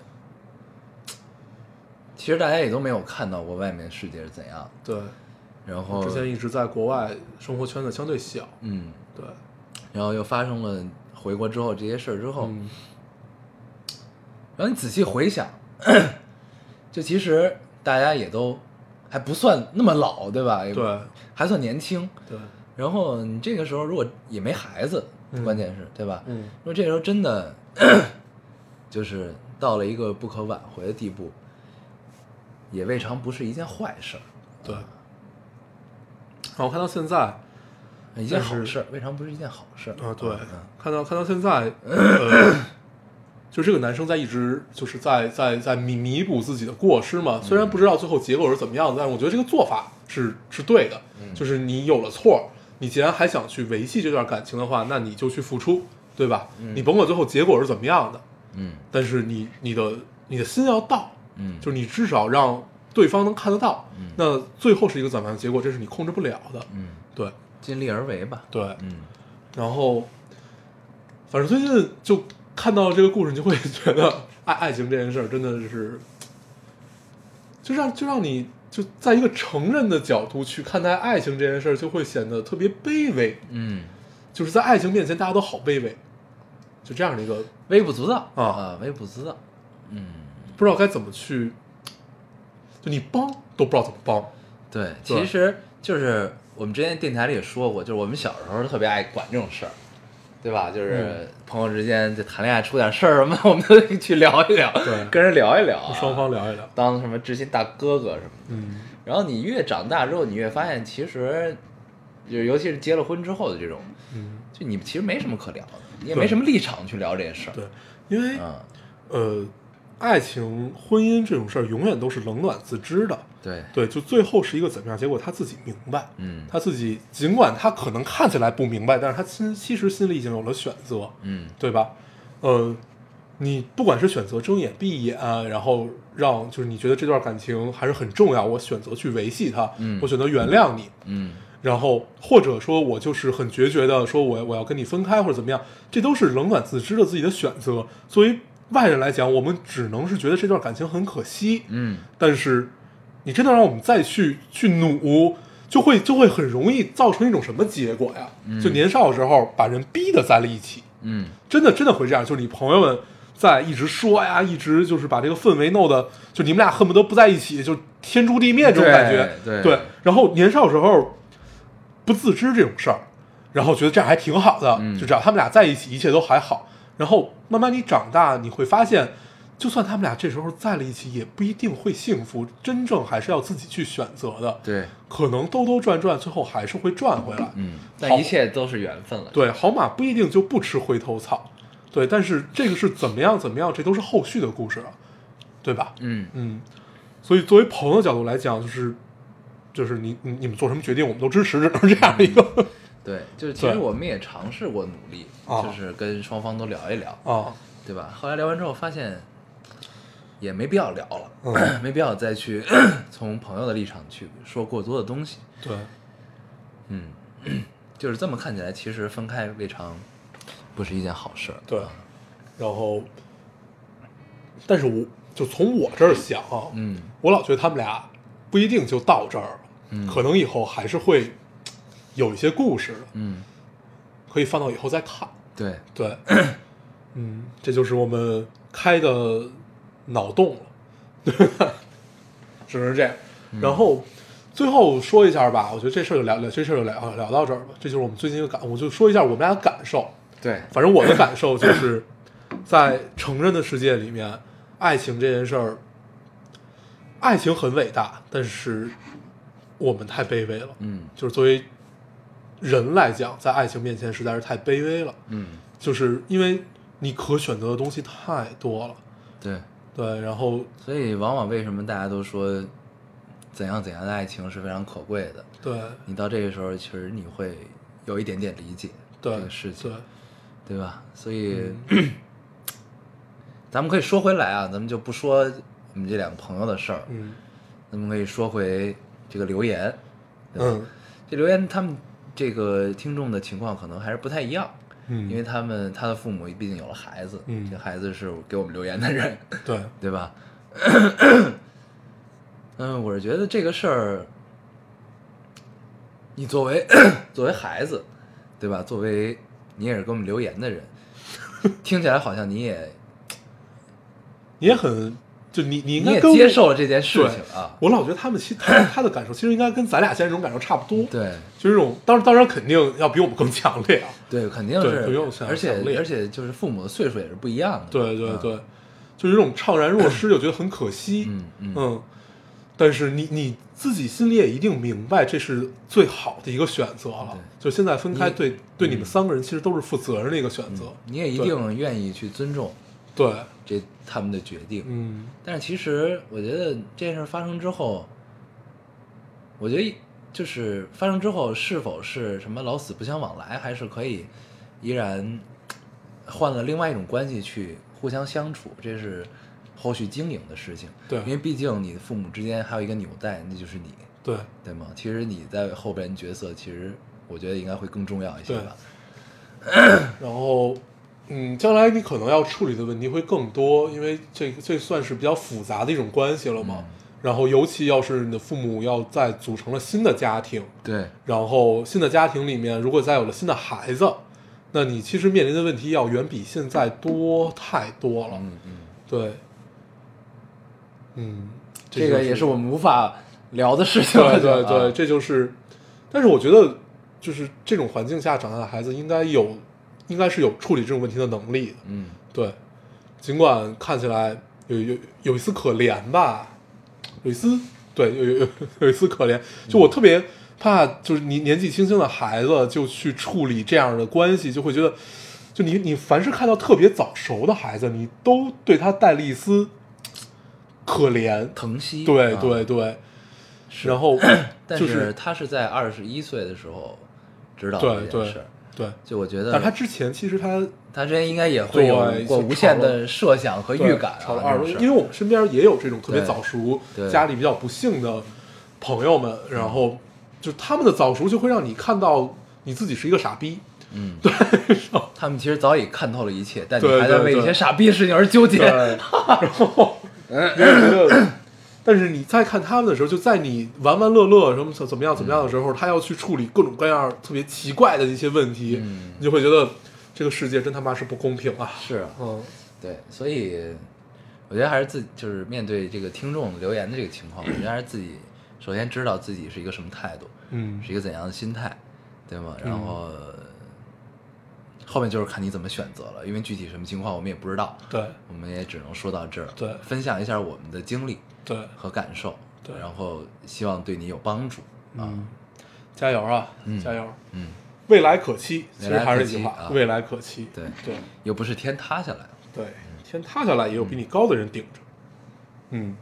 其实大家也都没有看到过外面世界是怎样，
对，
然后
之前一直在国外生活圈子相对小，
嗯，
对，
然后又发生了回国之后这些事儿之后，
嗯
然后你仔细回想， 就其实大家也都还不算那么老，对吧？也不
对，
还算年轻。
对，
然后你这个时候如果也没孩子，
嗯
关键是对吧？
嗯
因为这时候真的 就是到了一个不可挽回的地步，也未尝不是一件坏事儿，
对。然后看到现在，啊、
一件
但是
好事儿，未尝不是一件好事儿
啊对
嗯，
呃看到看到现 在，呃，就这个男生在一直就是在在在弥弥补自己的过失嘛。虽然不知道最后结果是怎么样的，但是我觉得这个做法是是对的。就是你有了错，你既然还想去维系这段感情的话，那你就去付出，对吧？你甭管最后结果是怎么样的，
嗯
但是你你的你的心要到，
嗯，
就是你至少让对方能看得到。那最后是一个怎么样的结果，这是你控制不了的。
嗯，
对
尽力而为吧。
对，
嗯，
然后，反正最近就看到这个故事，你就会觉得 爱爱情这件事儿真的是，就让就让你就在一个成人的角度去看待爱情这件事儿，就会显得特别卑微。
嗯，
就是在爱情面前，大家都好卑微，就这样的一个
微不足道
啊
微不足道。嗯，
不知道该怎么去，就你帮都不知道怎么帮。
对，
对
其实就是我们之前电台里也说过，就是我们小时候特别爱管这种事儿，对吧？
嗯
就是朋友之间就谈恋爱出点事儿什么的，我们都去聊一聊，
对
跟人聊一聊啊、
双方聊一聊，
当什么知心大哥哥什么的。
嗯，
然后你越长大之后，你越发现其实，就是尤其是结了婚之后的这种，
嗯，
就你其实没什么可聊的，你也
对
没什么立场去聊这些事儿。
对，因为、
嗯，
呃，爱情、婚姻这种事儿永远都是冷暖自知的。
对，
对，就最后是一个怎么样结果，他自己明白。
嗯
他自己尽管他可能看起来不明白，但是他心其实心里已经有了选择，
嗯
对吧？呃，你不管是选择睁眼闭眼，然后让就是你觉得这段感情还是很重要，我选择去维系它，
嗯
我选择原谅你，
嗯，
然后或者说我就是很决绝的说我我要跟你分开或者怎么样，这都是冷暖自知的自己的选择。作为外人来讲，我们只能是觉得这段感情很可惜，
嗯，
但是你真的让我们再去去努，就会就会很容易造成一种什么结果呀？就年少的时候把人逼得在了一起，
嗯，
真的真的会这样。就是你朋友们在一直说呀，一直就是把这个氛围弄得，就你们俩恨不得不在一起，就天诛地灭这种感觉。
对对
然后年少的时候不自知这种事儿，然后觉得这样还挺好的，
嗯
就只要他们俩在一起，一切都还好。然后慢慢你长大，你会发现，就算他们俩这时候在了一起，也不一定会幸福。真正还是要自己去选择的，
对，
可能兜兜转转，最后还是会转回来。
嗯，
好
但一切都是缘分了。
对，好马不一定就不吃回头草，对，但是这个是怎么样怎么样，这都是后续的故事了，对吧？
嗯
嗯，所以作为朋友角度来讲，就是就是你你你们做什么决定，我们都支持，只能是这样一个
对，就是其实
对
我们也尝试过努力，
啊
就是跟双方都聊一聊，
啊，
对吧？后来聊完之后发现，也没必要聊了，
嗯
没必要再去从朋友的立场去说过多的东西。
对，
嗯，就是这么看起来，其实分开未尝不是一件好事儿。
对，然后，但是我就从我这儿想啊，
嗯
我老觉得他们俩不一定就到这儿了，
嗯
可能以后还是会有一些故事的，
嗯，
可以放到以后再看。
对，
对， 嗯，这就是我们开的脑洞了，只能是这样。然后最后说一下吧，我觉得这事儿就聊聊，这事儿就聊聊到这儿吧。这就是我们最近的感，我就说一下我们俩的感受。
对，
反正我的感受就是，在成人的世界里面，爱情这件事儿，爱情很伟大，但是我们太卑微了。
嗯
就是作为人来讲，在爱情面前实在是太卑微了。
嗯，
就是因为你可选择的东西太多了，
对，
对，然后
所以往往为什么大家都说怎样怎样的爱情是非常可贵的？
对
你到这个时候，其实你会有一点点理解
对
这个事情
对，，
对吧？所以、 咱们可以说回来啊，咱们就不说我们这两个朋友的事儿，
嗯
咱们可以说回这个留言。对吧
嗯
这留言他们这个听众的情况可能还是不太一样，
嗯，
因为他们他的父母毕竟有了孩子，
嗯
这孩子是给我们留言的人，
对
对吧？ 嗯，我是觉得这个事儿，你作为 作为孩子，对吧？作为你也是给我们留言的人，听起来好像你也
你也很就你 你应
你
该
也
跟我
接受了这件事情啊，
我老觉得他们其实他他的感受其实应该跟咱俩现在这种感受差不多，，
对
就是这种当当然肯定要比我们更强烈啊，
对，肯定
对不用
是，
想
而
想不了
且而且就是父母的岁数也是不一样的，
对对
嗯
对，就是这种怅然若失，就觉得很可惜，
嗯嗯
嗯，但是你你自己心里也一定明白，这是最好的一个选择了。就现在分开
你嗯
对，对你们三个人其实都是负责任的一个选择。
你也一定愿意去尊重
对，
这他们的决定。
嗯，
但是其实我觉得这件事儿发生之后，我觉得就是发生之后是否是什么老死不相往来，还是可以依然换了另外一种关系去互相相处，这是后续经营的事情。
对
因为毕竟你父母之间还有一个纽带，那就是你，
对，
对吗？其实你在后边角色，其实我觉得应该会更重要一些
对
吧。
然后，嗯，将来你可能要处理的问题会更多，因为这这算是比较复杂的一种关系了嘛。
嗯
然后，尤其要是你的父母要再组成了新的家庭，
对，
然后新的家庭里面如果再有了新的孩子，那你其实面临的问题要远比现在多太多了。
嗯嗯，
对，嗯，
这
就
个也是我们无法聊的事情了。
对对
就
对，
啊
这就是，但是我觉得就是这种环境下长大的孩子应该有，应该是有处理这种问题的能力的。
嗯。
对，尽管看起来有有有一丝可怜吧，有一丝对有有有有一丝可怜，就我特别怕，就是你年纪轻轻的孩子就去处理这样的关系，就会觉得，就你你凡是看到特别早熟的孩子，你都对他带了一丝可怜，
疼惜，
对
啊
对对，然后
但
就是
他是在二十一岁的时候知道
对
这件
对
事儿，
对，
就我觉
但是他
得
之前其实他
他之前应该也会有
对
过
就
无限
吵了
的设想和
对
预感啊，
炒了二十多
这种事儿
因为我们身边也有这种特别
对
早熟
对、
家里比较不幸的朋友们，然后就他们的早熟就会让你看到你自己是一个傻逼，
嗯， 对，他们其实早已看透了一切，但你
对
还在
对
为一
对
些傻逼的事情而纠 结，
然后你会觉得。 但是你在看他们的时候，就在你玩玩乐乐什么怎么样怎么样的时候，他要去处理各种各样特别奇怪的一些问题，
嗯
你就会觉得这个世界真他妈是不公平啊！
是啊，
嗯，
对，所以我觉得还是自己就是面对这个听众留言的这个情况，我觉得还是自己首先知道自己是一个什么态度，
嗯
是一个怎样的心态，对吗？然
嗯
后、后面就是看你怎么选择了，因为具体什么情况我们也不知道，
对
我们也只能说到这儿。
对
分享一下我们的经历
对，
和感受，
对
然后希望对你有帮助啊。
嗯，加油啊，
嗯
加油！
嗯，
未来可期，其
未
实
来
还
可
是那句
期
话，
啊
未来可期。
对，
对
又不是天塌下来了。
对，
嗯
天塌下来也有比你高的人顶着。嗯，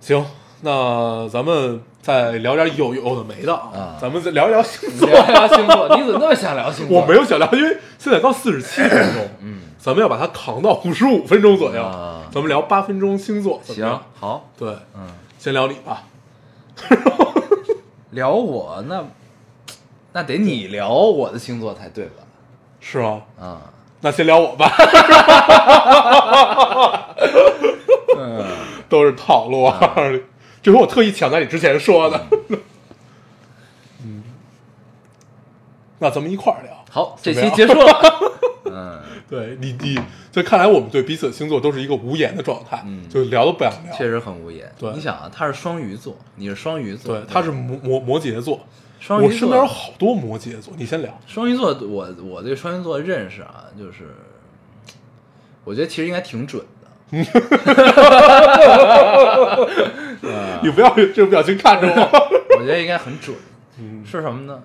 行，那咱们再聊点有有的没的
啊
咱们再聊一聊星座。
聊聊星座，你怎么那么想聊星座？
我没有想聊，因为现在刚四十七分钟，嗯，咱们要把它扛到五十五分钟左右，
啊
咱们聊八分钟星座。怎么
行
样，
好，
对，
嗯，
先聊你吧。
聊我那那得你聊我的星座才对吧？
是吗？
啊，
那先聊我吧，
嗯，
都是套路啊。 这是我特意抢在你之前说的。嗯，那咱们一块儿聊。
嗯好，这
怎么
期
样
结束了。 嗯，
对你，你所以看来我们对彼此的星座都是一个无言的状态，
嗯
就聊都不想聊。
确，实很无言。
对
你想啊，他是双鱼座，你是双鱼座，
对，他是摩摩摩羯座，
双鱼
我
座。
身边有好多摩羯座，你先聊。
双鱼座，我我对双鱼座的认识啊，就是我觉得其实应该挺准的。嗯
你不要有这种表情看着我。
我觉得应该很准，
嗯，
是什么呢？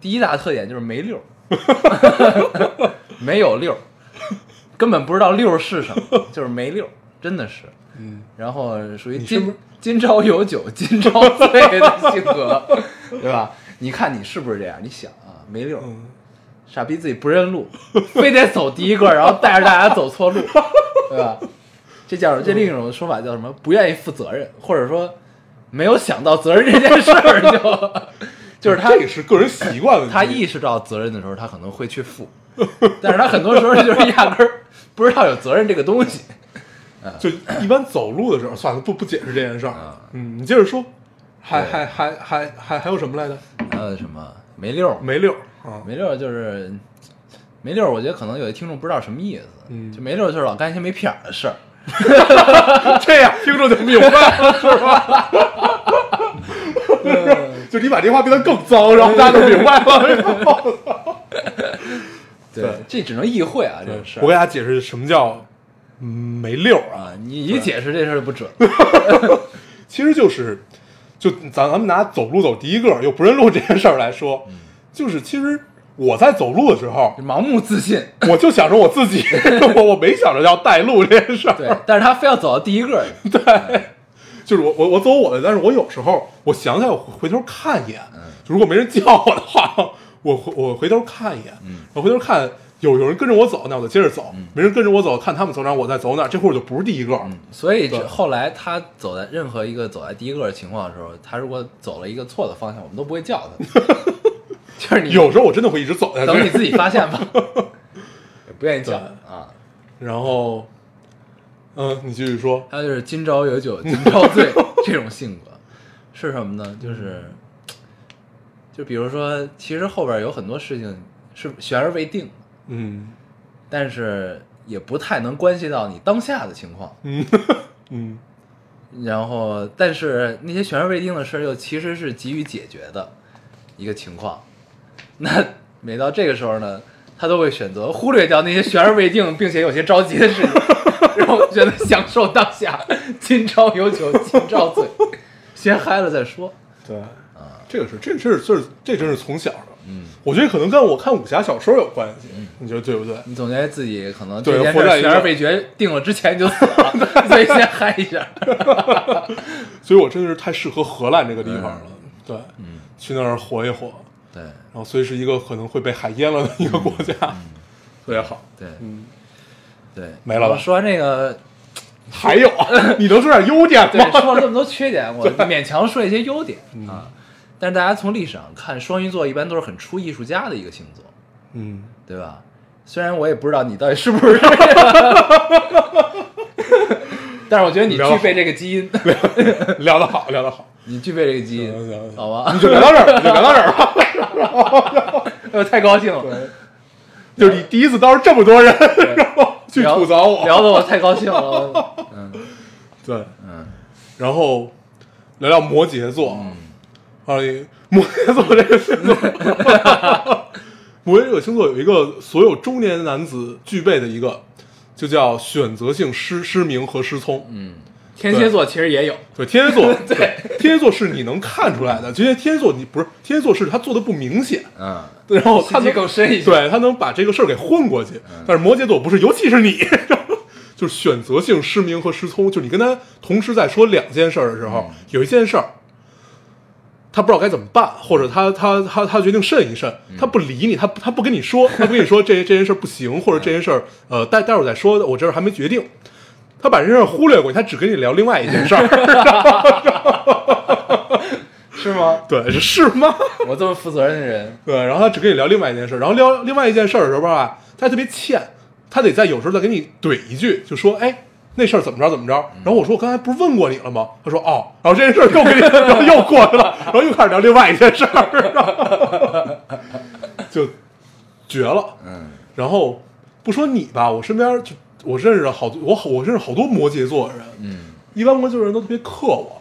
第一大特点就是没溜儿， 没有溜儿，根本不知道溜儿是什么，就是没溜儿，真的是。
嗯，
然后属于
你是不
今
是
今朝有酒今朝醉的性格， 对吧？你看你是不是这样？你想啊，没溜儿，
嗯
傻逼自己不认路，非得走第一个，然后带着大家走错路，对吧？这叫这另一种说法叫什么？不愿意负责任，或者说没有想到责任这件事儿，就 就是他
这个是个人习惯问题。
他意识到责任的时候，他可能会去负，但是他很多时候就是压根儿不知道有责任这个东西。
就一般走路的时候，算了，不不解释这件事儿。嗯，你接着说，还
对
还还还还还有什么来着？
还有什么没溜儿？
没溜儿啊，
没溜儿就是没溜儿，我觉得可能有的听众不知道什么意思，
嗯
就没溜儿就是老干一些没屁眼儿的事儿。
这样听众就明白了，是吧？就你把这话变得更糟，然后大家就明白了。对
这只能意会啊，这
对
个事儿。
我给大家解释什么叫嗯没溜儿
啊，
啊，
你一解释这事儿就不准。
其实就是就咱咱们拿走路走第一个又不认路这件事儿来说，就是其实我在走路的时候，
盲目自信，
我就想着我自己， 我我没想着要带路这件事儿。
对，但是他非要走到第一个，
就是我我我走我的，但是我有时候我想想，我回头看一眼，
嗯
就如果没人叫我的话，我回我回头看一眼，
嗯
我回头看有有人跟着我走，那我就接着走；没人跟着我走，看他们走哪，我再走哪，这会儿我就不是第一个。
所以
对
这后来他走在任何一个走在第一个的情况的时候，他如果走了一个错的方向，我们都不会叫他， 就是你
有时候我真的会一直走下
等你
去，
自己发现吧， 不愿意叫
对
啊。
然后，嗯，你继续说，
还有就是今朝有酒今朝醉这种性格是什么呢？就是就比如说，其实后边有很多事情是悬而未定，
嗯
但是也不太能关系到你当下的情况。
嗯嗯，
然后，但是那些悬而未定的事儿又其实是急于解决的一个情况。那每到这个时候呢，他都会选择忽略掉那些悬而未定并且有些着急的事情，让我觉得享受当下，今朝有酒今朝醉，先嗨了再说。
对，这个是这这是这是这真是从小的，
啊嗯，
我觉得可能跟我看武侠小说有关系，你觉得对不对？
你总觉得自己可能
对
这件事
活在
儿
一
悬
个
而未决定了之前你就死了， 所以先嗨一下。
所以我真的是太适合荷兰这个地方了。对，去那儿活一活，
对
然后所以是一个可能会被海淹了的一个国家，特别好。
对
嗯，
对，
没了吧
我说完这个
还有啊， 你能说点优点
对，
吗？
说了这么多缺点， 我勉强说一些优点啊。但是大家从历史上看，双鱼座一般都是很出艺术家的一个星座，
嗯，
对吧？虽然我也不知道你到底是不是， 但是我觉得你具备这个基因，
聊得好，聊得好，
你具备这个基
行行
因，
行
好吧
你？就聊到这儿，你就聊到这儿吧。
我哎太高兴了，
就是你第一次当着这么多人， 然后去
聊
吐槽我，
聊的我太高兴 了。嗯
对，
嗯，
然后聊聊摩羯座啊，啊，你摩羯座这个星座，摩羯这个星座有一个所有中年男子具备的一个，就叫选择性失失明和失聪。嗯，
天蝎座其实也有，
对，天蝎座， 对，天蝎座是你能看出来的，其实天蝎座你不是天蝎座是他做的不明显，
嗯，
然后
心
他
机
能
更深一些。
对他能把这个事儿给混过去，但是摩羯座不是，尤其是你， 就是选择性失明和失聪，就是你跟他同时在说两件事儿的时候，有一件事儿他不知道该怎么办，或者他他他他决定慎一慎，他不理你，他他不跟你说，他不跟你说这这件事儿不行，或者这件事儿呃待待会儿再说，我这儿还没决定。他把这件事儿忽略过去，他只跟你聊另外一件事儿，
是吗？
对，是吗？
我这么负责任的人，
对，然后他只跟你聊另外一件事，然后聊另外一件事儿的时候吧，他还特别欠，他得在有时候再给你怼一句，就说哎。那事儿怎么着怎么着？然后我说我刚才不是问过你了吗？他说哦，然后这件事儿又给你， 然后又过去了，然后又开始聊另外一件事儿，就绝了。
嗯，
然后不说你吧，我身边就我认识了好多，我好我认识好多摩羯座的人，嗯，一般摩羯座人都特别克我，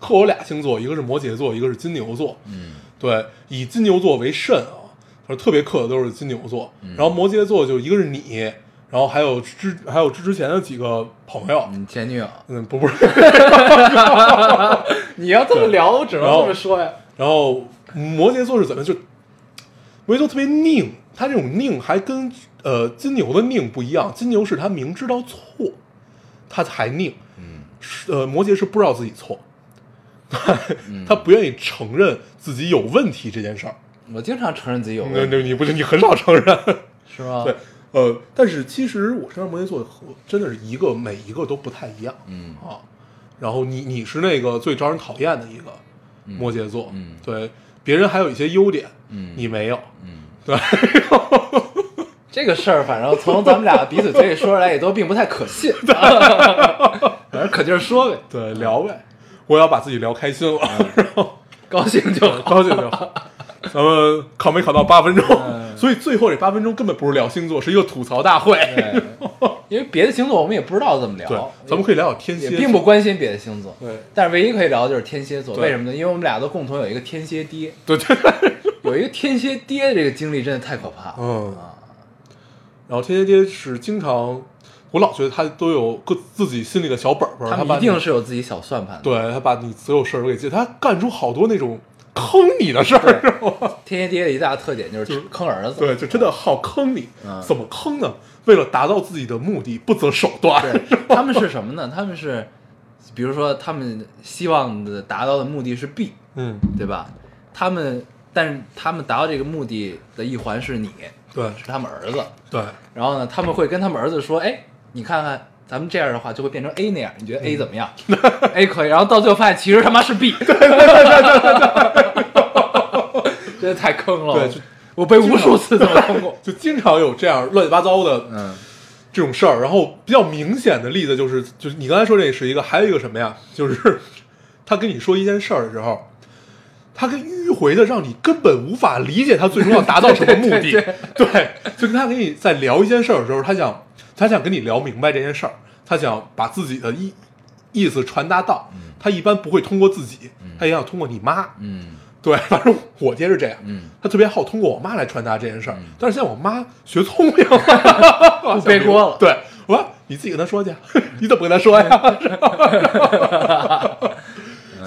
克我俩星座，一个是摩羯座，一个是金牛座，嗯，对，以金牛座为甚啊，就是特别克的都是金牛座，然后摩羯座就一个是你，然后还有之还有之之前的几个朋友，
你前女友，
嗯，不不是，
你要这么聊，我只能
然后
这么说呀。
然后摩羯座是怎么就摩羯座特别拧，他这种拧还跟呃金牛的拧不一样，金牛是他明知道错，他才拧，嗯，呃摩羯是不知道自己错， 他不愿意承认自己有问题这件事儿，
我经常承认自己有
那
问题，
那你不是你很少承认，
是吗？
对，，呃，但是其实我身边摩羯座和真的是一个每一个都不太一样，
嗯
啊，然后你你是那个最招人讨厌的一个摩羯座，
嗯
对，别人还有一些优点，
嗯
你没有，
这个事儿，反正从咱们俩彼此嘴里说出来，也都并不太可 信。反正可劲儿说呗，
对，聊呗，我要把自己聊开心了，然后
高兴就好。
高兴就好。咱们考没考到八分钟？
嗯
所以最后这八分钟根本不是聊星座，是一个吐槽大会。
对，因为别的星座我们也不知道怎么聊
哎对，，咱们可以聊聊天
也
蝎
也
座，
并不关心别的星座。
对
但是唯一可以聊的就是天蝎座，
对
为什么呢？因为我们俩都共同有一个天蝎爹，
对对。嗯
有一个天蝎
啊
爹的这个经历真的太可怕了。
嗯，然后天蝎爹是经常，我老觉得他都有个自己心里的小本本儿，
他
把
们一
你
定是有自己小算盘的，
对他把你所有事儿都给记，他干出好多那种坑你的事儿，知道吗？
天蝎爹的一大特点就是坑儿子，
对，就真的好坑你
嗯，
怎么坑呢？为了达到自己的目的，不择手段，
对，他们是什么呢？他们是，比如说他们希望的达到的目的是 B，
嗯，
对吧？他们，但是他们达到这个目的的一环是你，
对
是他们儿子。
对，
然后呢，他们会跟他们儿子说：“哎，你看看，咱们这样的话就会变成 A 那样，你觉
嗯
得 A 怎么样、a 可以。”然后到最后发现其实他妈是 B，对对对对对， 真的太坑了。
对就
我被无数次这么坑过。
就经常有这样乱七八糟的
嗯
这种事儿。然后比较明显的例子就是，就是你刚才说这是一个，还有一个什么呀？就是他跟你说一件事儿的时候，他跟迂回的让你根本无法理解他最终要达到什么目的。
对对
就跟他跟你在聊一件事儿的时候，他想他想跟你聊明白这件事儿，他想把自己的意意思传达到。他一般不会通过自己，他也想通过你妈。
嗯
对，反正我爹是这样，
嗯，
他特别好通过我妈来传达这件事儿，但是现在我妈学聪 明了，
不背锅了
对，我说你自己跟他说去， 你怎么跟他 说呀？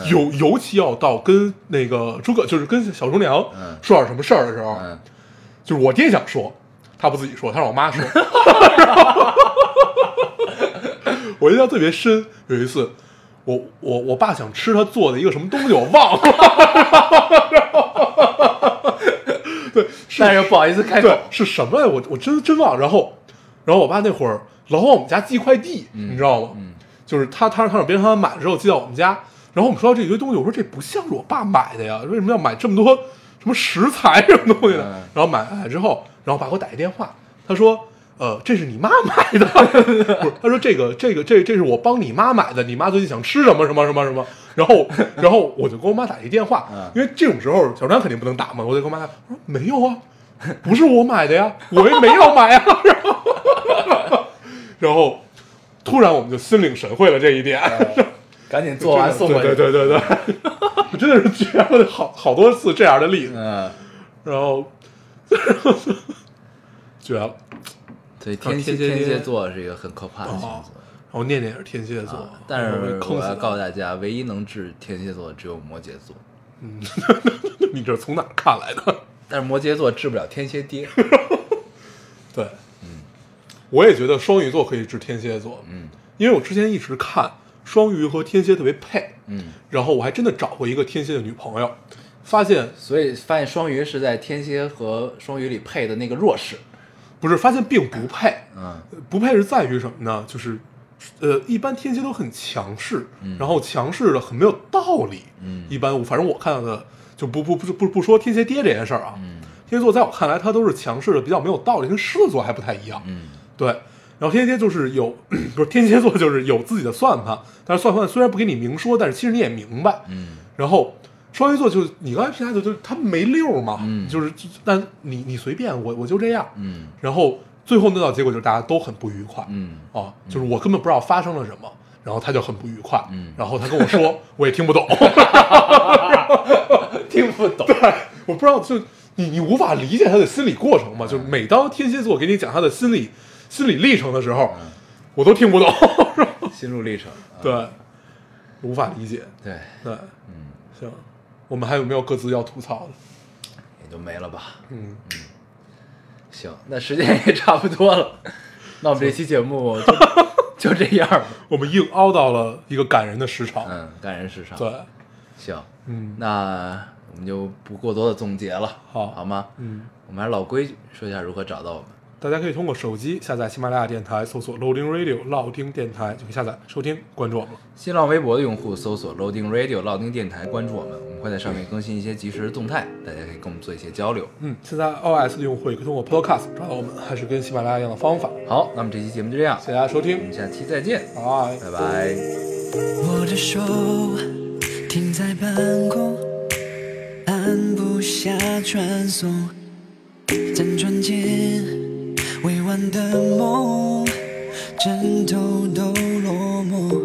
尤尤其要到跟那个诸葛，就是跟小厨娘
嗯
说点什么事儿的时候，
嗯，
就是我爹想说，他不自己说，他让我 妈说。我印象特别深，有一次，我我我爸想吃他做的一个什么东西，我忘了。对，是
但是又不好意思开口
对，是什么呀？我我真真忘了。然后，然后我爸那会儿老往我们家寄快递，你知道吗？
嗯
就是他他让他让别人他买了之后寄到我们家，然后我们说到这一堆东西，我说这不像是我爸买的呀，为什么要买这么多什么食材什么东西的？
嗯
然后买买之后，然后我爸给我打一电话，他说。呃，这是你妈买的， 不是？他说这个，这个，这这是我帮你妈买的。你妈最近想吃什么什么什么什么，然后，然后我就给我妈打一电话，
嗯
因为这种时候小张肯定不能打嘛，我就跟我妈打，我说没有啊，不是我买的呀，我也没有买啊。 然后，然后突然我们就心领神会了这一点，
赶紧做完送过去。
对对对对对， 我真的是举了好好多次这样的例子，
嗯，
然后 绝了。
对，天蝎
啊天蝎
天蝎
天蝎
座是一个很可怕的星座
哦，然后念念也是天蝎座，
啊但是
被坑
我要
死
告诉
的。
大家，唯一能治天蝎座的只有摩羯座，
你这是从哪儿看来的？
但是摩羯座治不了天蝎爹。
对，嗯，我也觉得双鱼座可以治天蝎座，
嗯
因为我之前一直看双鱼和天蝎特别配，
嗯，
然后我还真的找过一个天蝎的女朋友，发现
所以发现双鱼是在天蝎和双鱼里配的那个弱势。
不是发现并不配，
嗯
不配是在于什么呢？就是，呃，一般天蝎都很强势，然后强势的很没有道理。
嗯
一般我反正我看到的就不不不不不说天蝎爹这件事儿啊，
嗯
天蝎座在我看来他都是强势的，比较没有道理，跟狮子座还不太一样。
嗯
对，然后天蝎就是有， 不是天蝎座就是有自己的算盘，但是算盘虽然不给你明说，但是其实你也明白。
嗯
然后双鱼座就你刚才评价就就是他没溜儿嘛，
嗯
就是就但你你随便我我就这样，
嗯
然后最后那道结果就是大家都很不愉快。
嗯
啊，就是我根本不知道发生了什么，然后他就很不愉快，
嗯
然后他跟我 说，我也听不懂，
听不懂。
我不知道，就你你无法理解他的心理过
嗯
程嘛？就每当天蝎座给你讲他的心理心理历程的时候，
嗯
我都听不懂，
心路历程。啊
对，无法理解，
对，
对，嗯，行，我们还有没有各自要吐槽的？
也就没了吧。
嗯，
行，那时间也差不多了，那我们这期节目就 就这样吧。
我们硬凹到了一个感人的时长，
嗯，感人时尚。
对，
行，
嗯
那我们就不过多的总结了，
好
好吗？
嗯。
我们还是老规矩，说一下如何找到我们。
大家可以通过手机下载喜马拉雅电台，搜索 Loading Radio 老丁电台就可以下载收听，关注我们了。
新浪微博的用户搜索 Loading Radio 老丁电台，关注我们，我们会在上面更新一些即时动态，大家可以跟我们做一些交流。
嗯，现在 iOS 的用户也可以通过 Podcast 找到我们，还是跟喜马拉雅一样的方法。
好，那么这期节目就这样
谢，谢大家收
我们
听，
下期再见，
拜
拜拜。
我的手停在半空，按不下传送，辗转间未完的梦，枕头都落寞。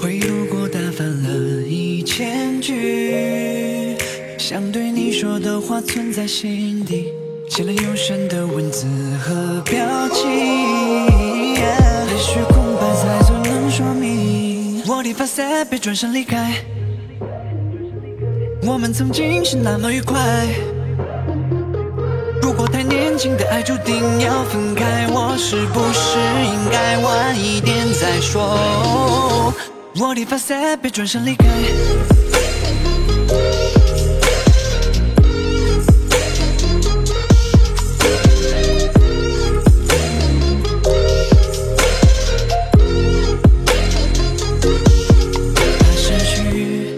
回路过打翻了一千句，想对你说的话存在心底，写了忧伤的文字和表情。须空白才最能说明。我的发腮被转身离开，我们曾经是那么愉快。如果太年轻的爱注定要分开，我是不是应该晚一点再说？我的发腮被转身离开。怕失去，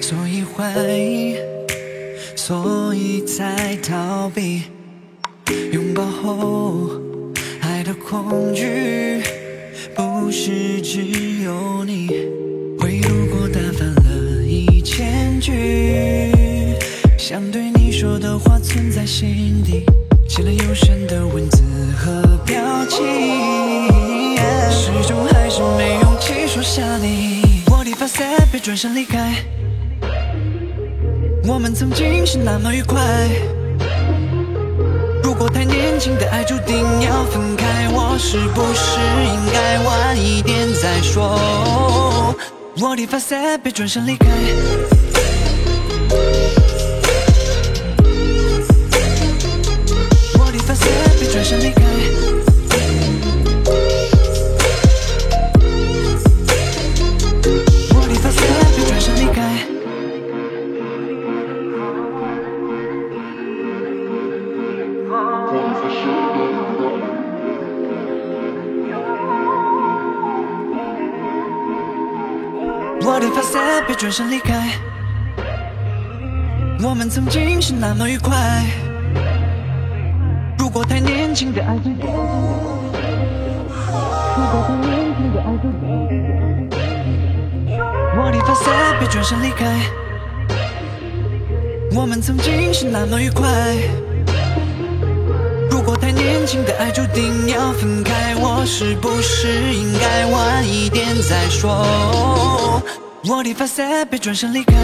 所以怀疑，所以才逃避。拥抱后，爱的恐惧，不是只有你。回路过打翻了一千句，想对你说的话存在心底，写了忧伤的文字和表情，始终还是没勇气说下你。我的发腮被转身离开，我们曾经是那么愉快。如果太年轻的爱注定要分开，我是不是应该晚一点再说？我的发腮被转身离开。我的发腮被转身离开，我的发腮被转身离开。我的发腮被转身离开。我们曾经是那么愉快。如果太年轻的爱情，如果太年轻的爱情，我的发腮被转身离开。我们曾经是那么愉快。如果太年轻的爱注定要分开，我是不是应该晚一点再说？我的发腮被转身离开。